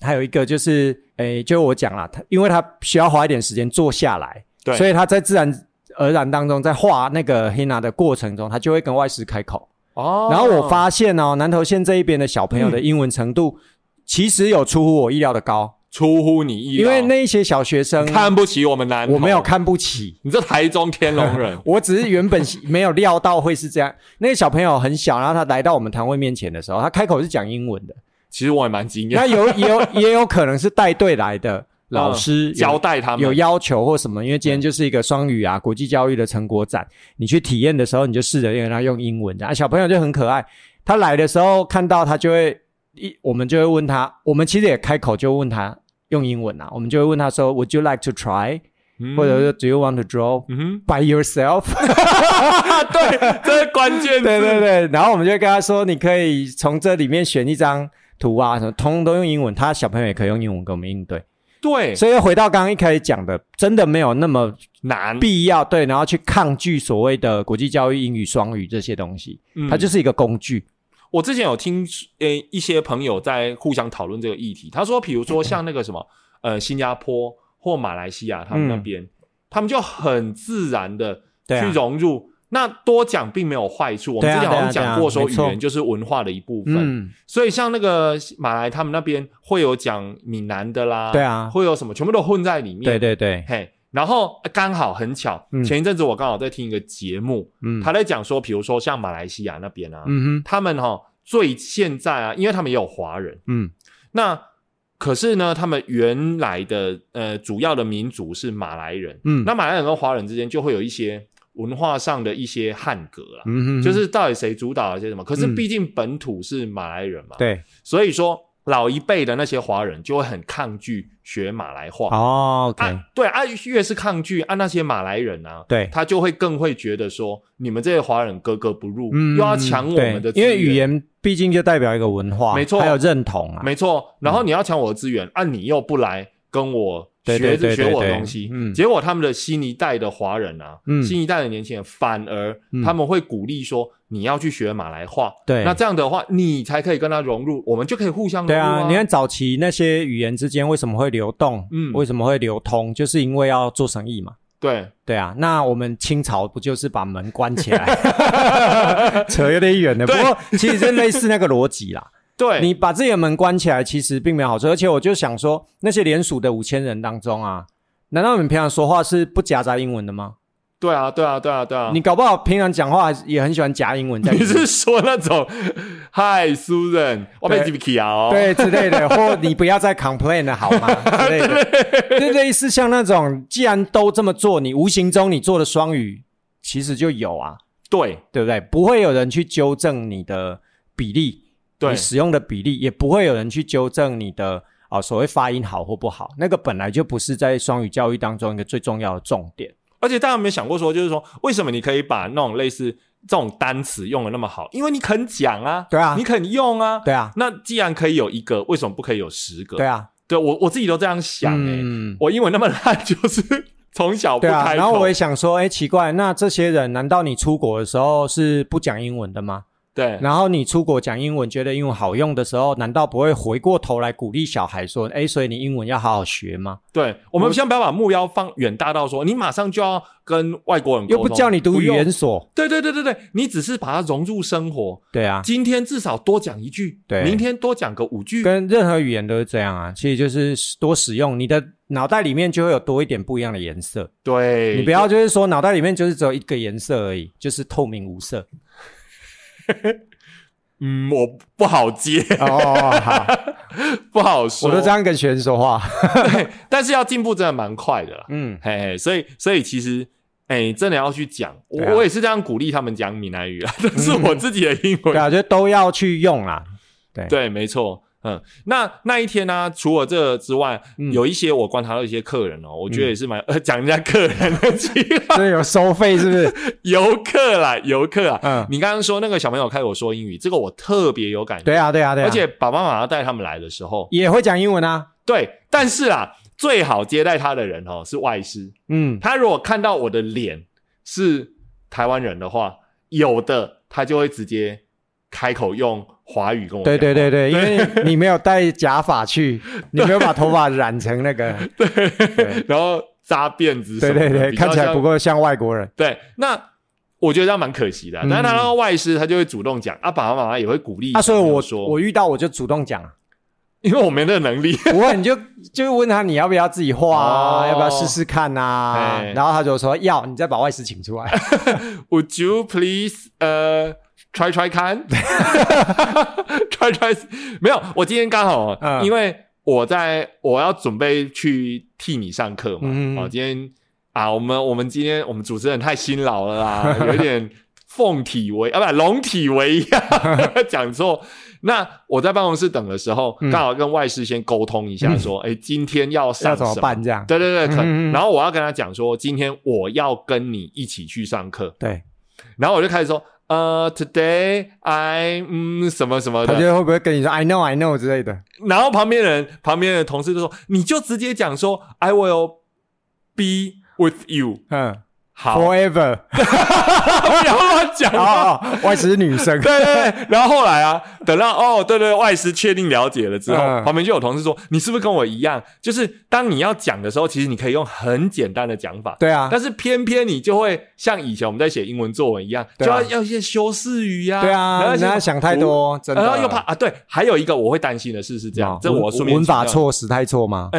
Speaker 2: 还有一个就是，诶，就我讲啦，他因为他需要花一点时间坐下来，
Speaker 1: 对
Speaker 2: 所以他在自然而然当中，在画那个黑娜的过程中，他就会跟外师开口。
Speaker 1: 哦，
Speaker 2: 然后我发现哦，南投县这一边的小朋友的英文程度。其实有出乎我意料的高，
Speaker 1: 出乎你意
Speaker 2: 因
Speaker 1: 料，
Speaker 2: 为那一些小学生，
Speaker 1: 嗯看不起我们男，
Speaker 2: 我没有，看不起，
Speaker 1: 你这台中天龙 人
Speaker 2: 我只是原本没有料到会是这样。那个小朋友很小，然后他来到我们堂会面前的时候，他开口是讲英文的。
Speaker 1: 其实我也蛮惊讶
Speaker 2: 那，有也有也有可能是带队来的老师有
Speaker 1: 交代他们
Speaker 2: 有要求或什么，因为今天就是一个双语啊国际教育的成果展，你去体验的时候，你就试着让他用英文。然啊后小朋友就很可爱，他来的时候看到他就会一，我们就会问他，我们其实也开口就问他用英文啊，我们就会问他说，Would you like to try？
Speaker 1: 嗯
Speaker 2: 或者是 Do you want to draw
Speaker 1: 嗯哼
Speaker 2: by yourself？
Speaker 1: 啊，对，这是关键字，
Speaker 2: 对对对，然后我们就跟他说，你可以从这里面选一张图啊，什么通通都用英文，他小朋友也可以用英文跟我们应对。
Speaker 1: 对
Speaker 2: 所以又回到刚刚一开始讲的，真的没有那么
Speaker 1: 难，
Speaker 2: 必要对，然后去抗拒所谓的国际教育、英语、双语这些东西，
Speaker 1: 嗯
Speaker 2: 它就是一个工具。
Speaker 1: 我之前有听呃一些朋友在互相讨论这个议题，他说，比如说像那个什么呃新加坡或马来西亚他们那边，他们就很自然的
Speaker 2: 嗯对啊
Speaker 1: 去融入。那多讲并没有坏处，我们
Speaker 2: 对
Speaker 1: 之
Speaker 2: 啊
Speaker 1: 前好像
Speaker 2: 对啊对啊
Speaker 1: 讲过说
Speaker 2: 没
Speaker 1: 语
Speaker 2: 错
Speaker 1: 言就是文化的一部分，
Speaker 2: 嗯，
Speaker 1: 所以像那个马来他们那边会有讲闽南的啦，
Speaker 2: 对啊
Speaker 1: 会有什么全部都混在里面，
Speaker 2: 对对对，
Speaker 1: 嘿，然后呃刚好很巧，
Speaker 2: 嗯
Speaker 1: 前一阵子我刚好在听一个节目，
Speaker 2: 嗯
Speaker 1: 他在讲说，比如说像马来西亚那边啊，
Speaker 2: 嗯哼，
Speaker 1: 他们哈、最现在啊，因为他们也有华人，
Speaker 2: 嗯
Speaker 1: 那可是呢，他们原来的呃主要的民族是马来人，
Speaker 2: 嗯
Speaker 1: 那马来人跟华人之间就会有一些文化上的一些汉格啦。
Speaker 2: 嗯哼，
Speaker 1: 就是到底谁主导了些什么？可是
Speaker 2: 嗯
Speaker 1: 毕竟本土是马来人嘛，
Speaker 2: 对
Speaker 1: 所以说老一辈的那些华人就会很抗拒学马来话。
Speaker 2: 哦，OK，
Speaker 1: 啊，对啊，越是抗拒啊，那些马来人啊，
Speaker 2: 对
Speaker 1: 他就会更会觉得说，你们这些华人格格不入，
Speaker 2: 嗯，
Speaker 1: 又要抢我们的
Speaker 2: 对
Speaker 1: 资
Speaker 2: 因
Speaker 1: 源，
Speaker 2: 为语言毕竟就代表一个文化，
Speaker 1: 没错
Speaker 2: 还有认同啊，
Speaker 1: 没错。然后你要抢我的资源、啊，你又不来跟我
Speaker 2: 对
Speaker 1: 学
Speaker 2: 对对
Speaker 1: 学
Speaker 2: 对
Speaker 1: 我的
Speaker 2: 对
Speaker 1: 东西，
Speaker 2: 嗯
Speaker 1: 结果他们的新一代的华人啊，
Speaker 2: 嗯
Speaker 1: 新一代的年轻人反而
Speaker 2: 嗯
Speaker 1: 他们会鼓励说，你要去学马来话，
Speaker 2: 对
Speaker 1: 那这样的话你才可以跟他融入，我们就可以互相融
Speaker 2: 对
Speaker 1: 入
Speaker 2: 啊，你看早期那些语言之间为什么会流动，
Speaker 1: 嗯
Speaker 2: 为什么会流通，就是因为要做生意嘛。
Speaker 1: 对，
Speaker 2: 对啊，那我们清朝不就是把门关 起来？扯有点远了，不
Speaker 1: 对
Speaker 2: 过其实就类似那个逻辑啦。
Speaker 1: 对，
Speaker 2: 你把自己的门关起来，其实并没有好处。而且我就想说，那些联署的五千人当中啊，难道你们平常说话是不夹杂英文的吗？
Speaker 1: 对啊，对啊，对啊，对啊，
Speaker 2: 你搞不好平常讲话也很喜欢夹英文在里
Speaker 1: 你
Speaker 2: 面，
Speaker 1: 是说那种 Hi Susan，我被 G P 啊哦，，
Speaker 2: 对之 类的，或你不要再 complain 了好吗？之类的，就类似像那种，既然都这么做，你无形中你做的双语其实就有啊。
Speaker 1: 对
Speaker 2: 对不对？不会有人去纠正你的比例，
Speaker 1: 对
Speaker 2: 你使用的比例，也不会有人去纠正你的啊、所谓发音好或不好，那个本来就不是在双语教育当中一个最重要的重点。
Speaker 1: 而且大家有没有想过说，就是说为什么你可以把那种类似这种单词用的那么好？因为你肯讲啊，
Speaker 2: 对啊
Speaker 1: 你肯用啊，
Speaker 2: 对啊，
Speaker 1: 那既然可以有一个，为什么不可以有十个？
Speaker 2: 对啊，
Speaker 1: 对我我自己都这样想哎、
Speaker 2: 嗯
Speaker 1: 我英文那么烂，就是从小不
Speaker 2: 对啊。
Speaker 1: 开口。
Speaker 2: 然后我也想说，哎，奇怪，那这些人难道你出国的时候是不讲英文的吗？
Speaker 1: 对
Speaker 2: 然后你出国讲英文，觉得英文好用的时候，难道不会回过头来鼓励小孩说，哎，所以你英文要好好学吗？
Speaker 1: 对，我们先不要把目标放远大到说你马上就要跟外国人沟
Speaker 2: 又
Speaker 1: 通，
Speaker 2: 不叫你读语
Speaker 1: 用
Speaker 2: 言。所，
Speaker 1: 对对对对对，你只是把它融入生活。
Speaker 2: 对啊。
Speaker 1: 今天至少多讲一句，
Speaker 2: 对
Speaker 1: 明天多讲个五句，
Speaker 2: 跟任何语言都是这样啊，其实就是多使用，你的脑袋里面就会有多一点不一样的颜色。
Speaker 1: 对，
Speaker 2: 你不要就是说脑袋里面就是只有一个颜色而已，就是透明无色。
Speaker 1: 嗯，我不好接，
Speaker 2: 哦，好，
Speaker 1: 不好说。
Speaker 2: 我都这样跟学生说话。
Speaker 1: 对， 但是要进步真的蛮快的啦。
Speaker 2: 嗯，
Speaker 1: 嘿嘿，所以所以其实，哎、真的要去讲，我、
Speaker 2: 对啊嗯
Speaker 1: 我也是这样鼓励他们讲闽南语啊， 但是我自己的英文，
Speaker 2: 对啊，就都要去用啊 啦。对，
Speaker 1: 对，没错。嗯，那那一天呢、除了这之外，
Speaker 2: 嗯
Speaker 1: 有一些我观察到一些客人哦，我觉得也是蛮、 呃讲人家客人的 奇怪
Speaker 2: 这有收费是不是？
Speaker 1: 游客啦，游客啊。
Speaker 2: 嗯，
Speaker 1: 你刚刚说那个小朋友开口说英语，这个我特别有感觉，
Speaker 2: 对啊，对啊，对啊。
Speaker 1: 而且爸爸妈妈带他们来的时候，
Speaker 2: 也会讲英文啊。
Speaker 1: 对，但是啦，最好接待他的人哦是外师，
Speaker 2: 嗯，
Speaker 1: 他如果看到我的脸是台湾人的话，有的他就会直接开口用华语跟我
Speaker 2: 对 对
Speaker 1: 讲话
Speaker 2: 对对，因为你没有戴假发去， 你没有把头发染成那个，对
Speaker 1: 然后扎辫子什
Speaker 2: 对
Speaker 1: 么的，
Speaker 2: 对对，
Speaker 1: 比较
Speaker 2: 看起来
Speaker 1: 像
Speaker 2: 不够像外国人。
Speaker 1: 对。那我觉得这样蛮可惜的啊，
Speaker 2: 嗯
Speaker 1: 但是他到外师他就会主动讲啊，爸爸妈妈也会鼓励
Speaker 2: 啊，所以
Speaker 1: 小朋友
Speaker 2: 我
Speaker 1: 说，
Speaker 2: 我遇到我就主动讲啊。
Speaker 1: 因为我没那个能力，
Speaker 2: 不会，你就就问他你要不要自己画啊，
Speaker 1: 哦
Speaker 2: 要不要试试看啊
Speaker 1: 哎？
Speaker 2: 然后他就说要，你再把外师请 出来。
Speaker 1: Would you please 呃、try try 看 ，try try 没有，我今天刚好、
Speaker 2: 嗯
Speaker 1: 因为我在我要准备去替你上课嘛，
Speaker 2: 嗯
Speaker 1: 哦，今天啊，我们我们今天我们主持人太辛劳了啦，有一点凤体为啊，不龙体为一 样，讲错。那我在办公室等的时候，
Speaker 2: 嗯
Speaker 1: 刚好跟外事先沟通一下，说，哎、今天要
Speaker 2: 要
Speaker 1: 上
Speaker 2: 怎
Speaker 1: 什
Speaker 2: 么
Speaker 1: 么？
Speaker 2: 办这样？
Speaker 1: 对对对，可
Speaker 2: 嗯嗯嗯
Speaker 1: 然后我要跟他讲说，今天我要跟你一起去上课，
Speaker 2: 对，
Speaker 1: 然后我就开始说，呃，today I 嗯什么什么
Speaker 2: 他
Speaker 1: 的
Speaker 2: 觉，得会不会跟你说 “I know, I know” 之类的？
Speaker 1: 然后旁边人旁边的同事就说，你就直接讲说 I will be with you，
Speaker 2: 嗯
Speaker 1: 好，
Speaker 2: ，forever。
Speaker 1: 不要乱讲话。
Speaker 2: 哦，哦外籍女 生。
Speaker 1: 对对对，然后后来啊，等到哦，对对，外师确定了解了之后，
Speaker 2: 嗯
Speaker 1: 旁边就有同事说：“你是不是跟我一样？就是当你要讲的时候，其实你可以用很简单的讲法，
Speaker 2: 对啊，
Speaker 1: 但是偏偏你就会像以前我们在写英文作文一样，
Speaker 2: 对
Speaker 1: 就
Speaker 2: 啊
Speaker 1: 要要一些修饰语呀、
Speaker 2: 对啊，人
Speaker 1: 然后
Speaker 2: 家
Speaker 1: 一些
Speaker 2: 想太多，真的。
Speaker 1: 然后又怕啊，对，还有一个我会担心的事是这样，
Speaker 2: 哦
Speaker 1: 这我
Speaker 2: 文
Speaker 1: 顺便
Speaker 2: 文法
Speaker 1: 提到，
Speaker 2: 错、时态错吗？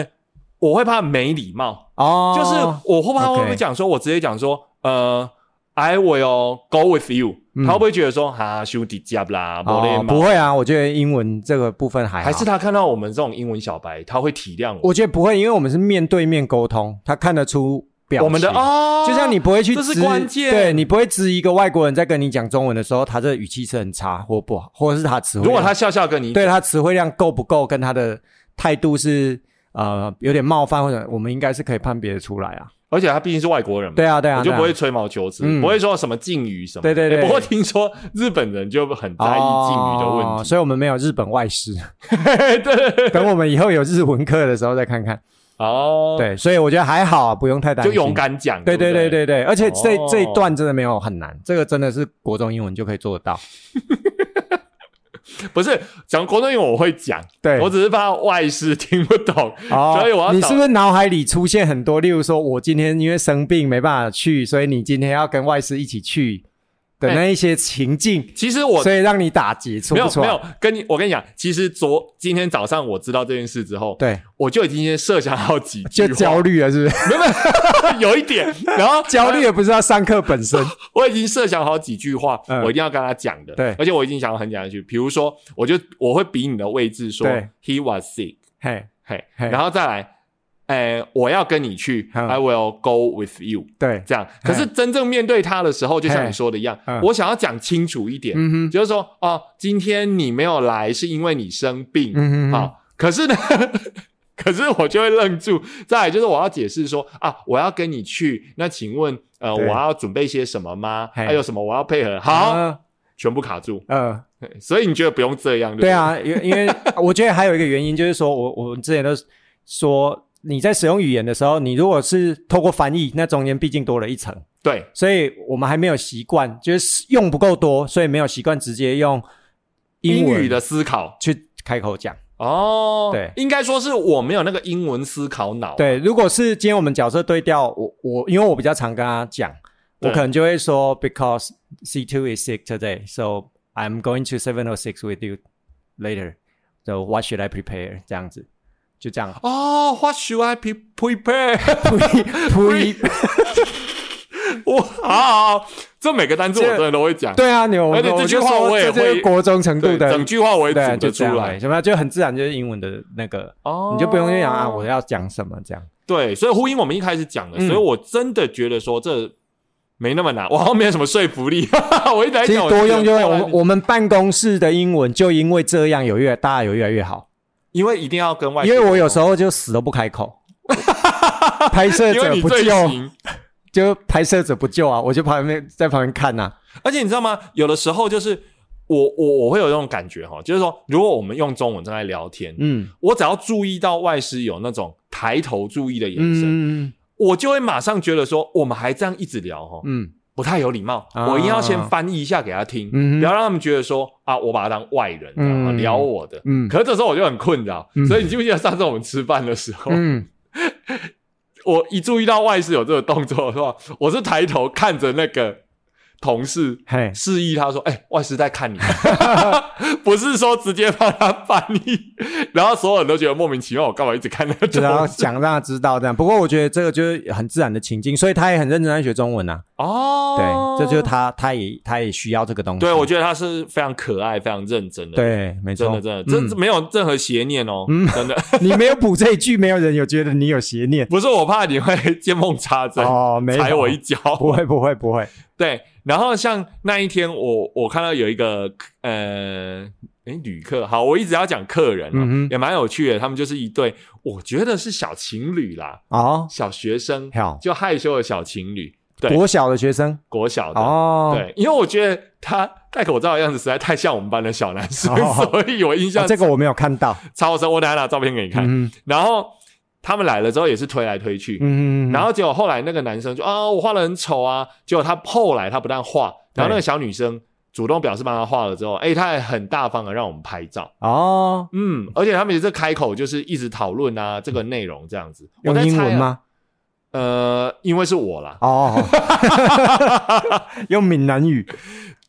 Speaker 1: 我会怕没礼貌，
Speaker 2: 哦，
Speaker 1: 就是我会怕会不会
Speaker 2: OK
Speaker 1: 讲说，我直接讲说，呃，I will go with you，、
Speaker 2: 嗯
Speaker 1: 他会不会觉得说，哈，兄弟夹啦，不
Speaker 2: 哦，不会啊，我觉得英文这个部分还好
Speaker 1: 还是他看到我们这种英文小白，他会体谅我
Speaker 2: 我觉得不会，因为我们是面对面沟通，他看得出表情
Speaker 1: 我们的。哦，
Speaker 2: 就像你不会去
Speaker 1: 这
Speaker 2: 质，
Speaker 1: 是关键
Speaker 2: 对你不会质疑一个外国人在跟你讲中文的时候，他这语气是很差或不好，或者是他词汇
Speaker 1: 如
Speaker 2: 量。
Speaker 1: 果他笑笑跟你
Speaker 2: 对他词汇量够不够，跟他的态度是呃有点冒犯，或者我们应该是可以判别得出来啊。
Speaker 1: 而且他毕竟是外国人嘛，
Speaker 2: 对啊，对啊，
Speaker 1: 我就
Speaker 2: 对啊
Speaker 1: 不会吹毛求疵，
Speaker 2: 嗯
Speaker 1: 不会说什么敬语什么的。
Speaker 2: 对对对
Speaker 1: 欸不过听说日本人就很在意敬语的问
Speaker 2: 哦
Speaker 1: 题。
Speaker 2: 所以我们没有日本外师。哦
Speaker 1: 对对对，
Speaker 2: 等我们以后有日文课的时候再看看。
Speaker 1: 哦，，
Speaker 2: 对，所以我觉得还好啊，不用太担
Speaker 1: 就
Speaker 2: 心。
Speaker 1: 勇。敢讲。
Speaker 2: 对
Speaker 1: 对
Speaker 2: 对对
Speaker 1: 不对
Speaker 2: 对对，而且这、
Speaker 1: 哦
Speaker 2: 这一段真的没有很难，这个真的是国中英文就可以做得到。
Speaker 1: 对，不是讲国中英文我会讲，
Speaker 2: 对，
Speaker 1: 我只是怕外师听不懂，
Speaker 2: 哦
Speaker 1: 所以我要
Speaker 2: 你
Speaker 1: 找
Speaker 2: 是不是脑海里出现很多，例如说我今天因为生病没办法去，所以你今天要跟外师一起去的
Speaker 1: 哎
Speaker 2: 那一些情境，
Speaker 1: 其实我
Speaker 2: 所以让你打结，出
Speaker 1: 没
Speaker 2: 不啊
Speaker 1: 有
Speaker 2: 出
Speaker 1: 没
Speaker 2: 来？
Speaker 1: 有跟你，我跟你讲，其实昨今天早上我知道这件事之后，
Speaker 2: 对，
Speaker 1: 我就已经先设想好几句话，
Speaker 2: 就焦虑了， 是不是？
Speaker 1: 有一 点，然后
Speaker 2: 焦虑也不是要上课本 身，
Speaker 1: 我已经设想好几句话，
Speaker 2: 嗯
Speaker 1: 我一定要跟他讲的。
Speaker 2: 对
Speaker 1: 而且我已经想好很讲下去，比如说，我就我会比你的位置说
Speaker 2: 对
Speaker 1: ，He was sick，
Speaker 2: 嘿，
Speaker 1: 嘿，
Speaker 2: 嘿
Speaker 1: 然后再来，哎，我要跟你去
Speaker 2: 嗯
Speaker 1: ，I will go with you，
Speaker 2: 对，
Speaker 1: 这样。可是真正面对他的时候，就像你说的一样
Speaker 2: 嗯，
Speaker 1: 我想要讲清楚一点，
Speaker 2: 嗯哼，
Speaker 1: 就是说，哦，今天你没有来是因为你生病，
Speaker 2: 嗯哼，
Speaker 1: 好，可是呢， 可是我就会愣住。再来就是我要解释说啊，我要跟你去，那请问呃，我
Speaker 2: 对
Speaker 1: 要准备些什么吗？
Speaker 2: 嘿
Speaker 1: 还有什么我要配合？好，
Speaker 2: 嗯，
Speaker 1: 全部卡住。
Speaker 2: 呃。
Speaker 1: 所以你觉得不用这样？
Speaker 2: 对，啊，因为因为我觉得还有一个原因就是说，我我之前都说，你在使用语言的时候，你如果是透过翻译，那中间毕竟多了一层，
Speaker 1: 对
Speaker 2: 所以我们还没有习惯，就是用不够多，所以没有习惯直接用
Speaker 1: 英
Speaker 2: 文
Speaker 1: 语的思考
Speaker 2: 去开口讲。
Speaker 1: 哦，
Speaker 2: 对
Speaker 1: 应该说是我没有那个英文思考脑。
Speaker 2: 对，如果是今天我们角色对调，我我因为我比较常跟他讲，我
Speaker 1: 对
Speaker 2: 可能就会说，because C two is sick today, so I'm going to seven o six with you later. So what should I prepare？这样子，就这样。
Speaker 1: 哦，What should I pre- prepare？
Speaker 2: 呸！
Speaker 1: 我好好好，这每个单词我
Speaker 2: 这
Speaker 1: 真的都会讲，
Speaker 2: 对啊，你我
Speaker 1: 而且这
Speaker 2: 我
Speaker 1: 句
Speaker 2: 就
Speaker 1: 话
Speaker 2: 说
Speaker 1: 我也
Speaker 2: 这就是
Speaker 1: 会
Speaker 2: 国中程度
Speaker 1: 对，
Speaker 2: 的
Speaker 1: 整，句话我也
Speaker 2: 对，
Speaker 1: 组
Speaker 2: 就
Speaker 1: 得
Speaker 2: 这
Speaker 1: 出
Speaker 2: 样而
Speaker 1: 来
Speaker 2: 已。什么就很自然，就是英文的那个，
Speaker 1: 哦，
Speaker 2: 你就不用去想啊，我要讲什么这样。
Speaker 1: 对，所以呼应我们一开始讲的，
Speaker 2: 嗯
Speaker 1: 所以我真的觉得说这没那么难，我 好像没有什么说服力。 哎我一直在
Speaker 2: 其实
Speaker 1: 讲，
Speaker 2: 多用就会，我
Speaker 1: 我
Speaker 2: 们我们办公室的英文就因为这样有越大家有越来越好，
Speaker 1: 因为一定要跟外，哦
Speaker 2: 因为我有时
Speaker 1: 候
Speaker 2: 候就死都不开口。 拍摄
Speaker 1: 因为
Speaker 2: 者
Speaker 1: 你
Speaker 2: 不
Speaker 1: 最
Speaker 2: 救，
Speaker 1: 行，
Speaker 2: 就拍摄者不救啊！我就旁边在旁边看呐、啊。
Speaker 1: 而且你知道吗？有的时候就是我我我会有这种感觉哈，就是说如果我们用中文正在聊天，
Speaker 2: 嗯
Speaker 1: 我只要注意到外师有那种抬头注意的眼神，
Speaker 2: 嗯
Speaker 1: 我就会马上觉得说我们还这样一直聊哈，
Speaker 2: 嗯
Speaker 1: 不太有礼貌，
Speaker 2: 啊
Speaker 1: 我一定要先翻译一下给他听，
Speaker 2: 嗯哼
Speaker 1: 不要让他们觉得说啊，我把他当外人，
Speaker 2: 嗯
Speaker 1: 知道吗聊我的。
Speaker 2: 嗯
Speaker 1: 可是这时候我就很困扰，
Speaker 2: 嗯
Speaker 1: 所以你记不记得上次我们吃饭的时候，
Speaker 2: 嗯，
Speaker 1: 我一注意到外事有这个动作的话，我是抬头看着那个同事，
Speaker 2: 嘿，
Speaker 1: 示意他说：“哎、外事在看你。” 不是说直接帮他翻译，然后所有人都觉得莫名其妙，我干嘛一直看那个
Speaker 2: 然后
Speaker 1: 同事？
Speaker 2: 讲让他知道这样。不过我觉得这个就是很自然的情境，所以他也很认真在学中文啊。
Speaker 1: 哦，
Speaker 2: 对，这就是他，他也他也需要这个东西。
Speaker 1: 对，我觉得他是非常可爱、非常认真的，，
Speaker 2: 对，没
Speaker 1: 真
Speaker 2: 错，嗯
Speaker 1: 的真的，这这没有任何邪念哦，真的
Speaker 2: 你没有补这一句，没有人有觉得你有邪念
Speaker 1: 不是我怕你 会见缝插针，
Speaker 2: 哦，没
Speaker 1: 踩
Speaker 2: 有，
Speaker 1: 我一脚，
Speaker 2: 不会不会不会，
Speaker 1: 对，然后像那一天我，我看到有一个呃，诶，旅客，好，我一直要讲客人、啊，
Speaker 2: 嗯哼
Speaker 1: 也蛮有趣的。他们就是一对，我觉得是小情侣啦，
Speaker 2: 哦，
Speaker 1: 小学生，
Speaker 2: 好，
Speaker 1: 就害羞的小情侣，对
Speaker 2: 国小的学生
Speaker 1: 国小的，
Speaker 2: 哦，
Speaker 1: 对，因为我觉得他戴口罩的样子实在太像我们班的小男生，
Speaker 2: 哦
Speaker 1: 所以我印
Speaker 2: 哦
Speaker 1: 象
Speaker 2: 这个我没有看到，
Speaker 1: 超深。我等一下拿照片给你看。
Speaker 2: 嗯哼
Speaker 1: 然后他们来了之后也是推来推去，
Speaker 2: 嗯哼，
Speaker 1: 然后结果后来那个男生就啊，我画的很丑啊。结果他后来他不但画，然后那个小女生主动表示帮他画了之后，哎，他还很大方的让我们拍照。
Speaker 2: 哦，
Speaker 1: 嗯，而且他们也是开口就是一直讨论啊这个内容这样子。我
Speaker 2: 用
Speaker 1: 在
Speaker 2: 英
Speaker 1: 猜
Speaker 2: 文
Speaker 1: 啊？
Speaker 2: 吗？
Speaker 1: 呃，因为是我啦。
Speaker 2: 哦， 用闽南语，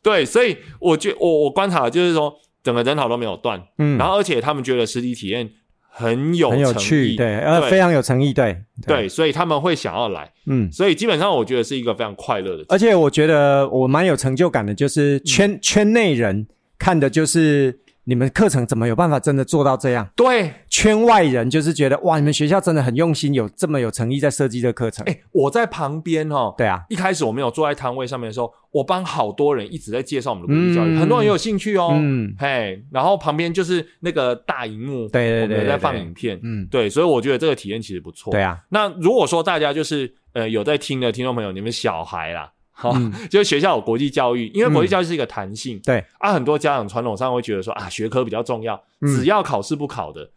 Speaker 1: 对，所以我觉我我观察就是说，整个人潮都没有断，
Speaker 2: 嗯，
Speaker 1: 然后而且他们觉得实体体验很有
Speaker 2: 很有
Speaker 1: 诚
Speaker 2: 趣，
Speaker 1: 意
Speaker 2: 对，呃，
Speaker 1: 对
Speaker 2: 非常有诚意，对，
Speaker 1: 对，所以他们会想要来，
Speaker 2: 嗯。
Speaker 1: 所以基本上我觉得是一个非常快乐的。
Speaker 2: 而且我觉得我蛮有成就感的，就是
Speaker 1: 嗯
Speaker 2: 圈、圈内人看的就是你们课程怎么有办法真的做到这样，
Speaker 1: 对，
Speaker 2: 圈外人就是觉得哇，你们学校真的很用心，有这么有诚意在设计这个课程。
Speaker 1: 哎，我在旁边哦，
Speaker 2: 对啊，
Speaker 1: 一开始我没有坐在摊位上面的时候，我帮好多人一直在介绍我们的国际教育，
Speaker 2: 嗯
Speaker 1: 很多人也有兴趣哦。
Speaker 2: 嗯
Speaker 1: 嘿，然后旁边就是那个大荧幕，
Speaker 2: 对对对
Speaker 1: 我们有在
Speaker 2: 对
Speaker 1: 放
Speaker 2: 对
Speaker 1: 影片，
Speaker 2: 嗯，
Speaker 1: 对，所以我觉得这个体验其实不错。
Speaker 2: 对啊，
Speaker 1: 那如果说大家就是呃有在听的听众朋友，你们小孩啦，哈、
Speaker 2: 嗯
Speaker 1: 就是学校有国际教育，因为国际教育是一个弹性，
Speaker 2: 对
Speaker 1: 啊，很多家长传统上会觉得说啊，学科比较重要，
Speaker 2: 嗯
Speaker 1: 只要考试不考的，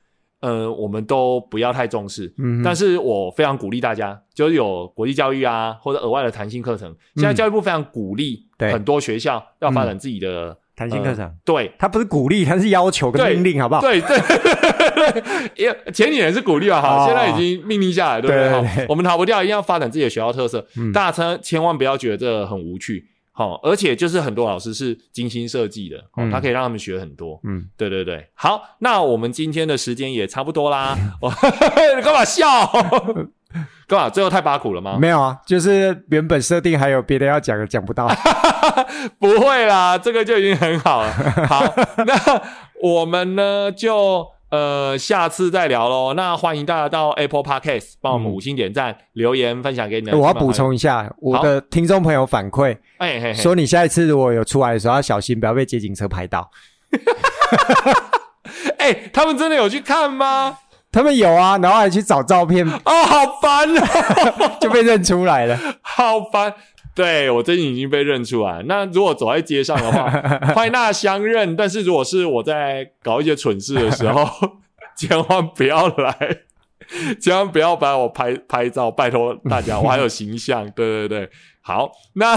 Speaker 1: 呃，我们都不要太重视。
Speaker 2: 嗯哼，
Speaker 1: 但是我非常鼓励大家，就是有国际教育啊，或者额外的弹性课程。现在教育部非常鼓励
Speaker 2: 嗯对嗯
Speaker 1: 很多学校要发展自己的、呃
Speaker 2: 弹性课程，
Speaker 1: 对
Speaker 2: 他不是鼓励，他是要求跟
Speaker 1: 对
Speaker 2: 命令，好不好？
Speaker 1: 对对， 也前几年是鼓励啊，哈、
Speaker 2: 哦
Speaker 1: 现在已经命令下来，对不
Speaker 2: 对
Speaker 1: 哈
Speaker 2: 对对
Speaker 1: 我们逃不掉，一定要发展自己的学校特色。
Speaker 2: 嗯
Speaker 1: 大家千千万不要觉得这很无趣，好、而且就是很多老师是精心设计的，哦
Speaker 2: 嗯，
Speaker 1: 他可以让他们学很多。
Speaker 2: 嗯，
Speaker 1: 对对对，好，那我们今天的时间也差不多 啦。我你干嘛笑？干嘛？最后太八股了吗？
Speaker 2: 没有啊，就是原本设定还有别的要讲，讲不
Speaker 1: 哎
Speaker 2: 到。
Speaker 1: 不会啦，这个就已经很好了。好，那我们呢就呃下次再聊喽。那欢迎大家到 Apple Podcast 帮我们
Speaker 2: 嗯
Speaker 1: 五星点赞、留言、分享给你的。
Speaker 2: 哎我要补，充一下，我的听众朋友反馈
Speaker 1: 哎嘿嘿，
Speaker 2: 说，你下一次如果有出来的时候，要小心不要被接警车拍到。
Speaker 1: 哎、他们真的有去看吗？
Speaker 2: 他们有啊，然后还去找照片，
Speaker 1: 哦，好烦哦，
Speaker 2: 就被认出来了。
Speaker 1: 好烦。对我最近已经被认出来。那如果走在街上的话，欢迎大家相认。但是如果是我在搞一些蠢事的时候，千万不要来，千万不要把我拍拍照，拜托大家，我还有形象。对对对，好，那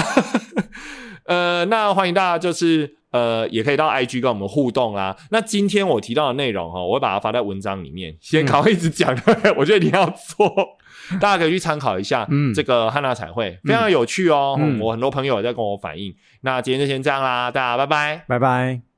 Speaker 1: 呃，那欢迎大家就是。呃，也可以到 IG 跟我们互动啦。那今天我提到的内容哈、哦，我会把它发在文章里面。先考一直讲， 我觉得你要做，大家可以去参考一下。
Speaker 2: 嗯
Speaker 1: 这个汉娜彩绘非常有趣哦。
Speaker 2: 嗯
Speaker 1: 我很多朋友也在跟我反映。那今天就先这样啦，大家拜拜。
Speaker 2: 拜拜。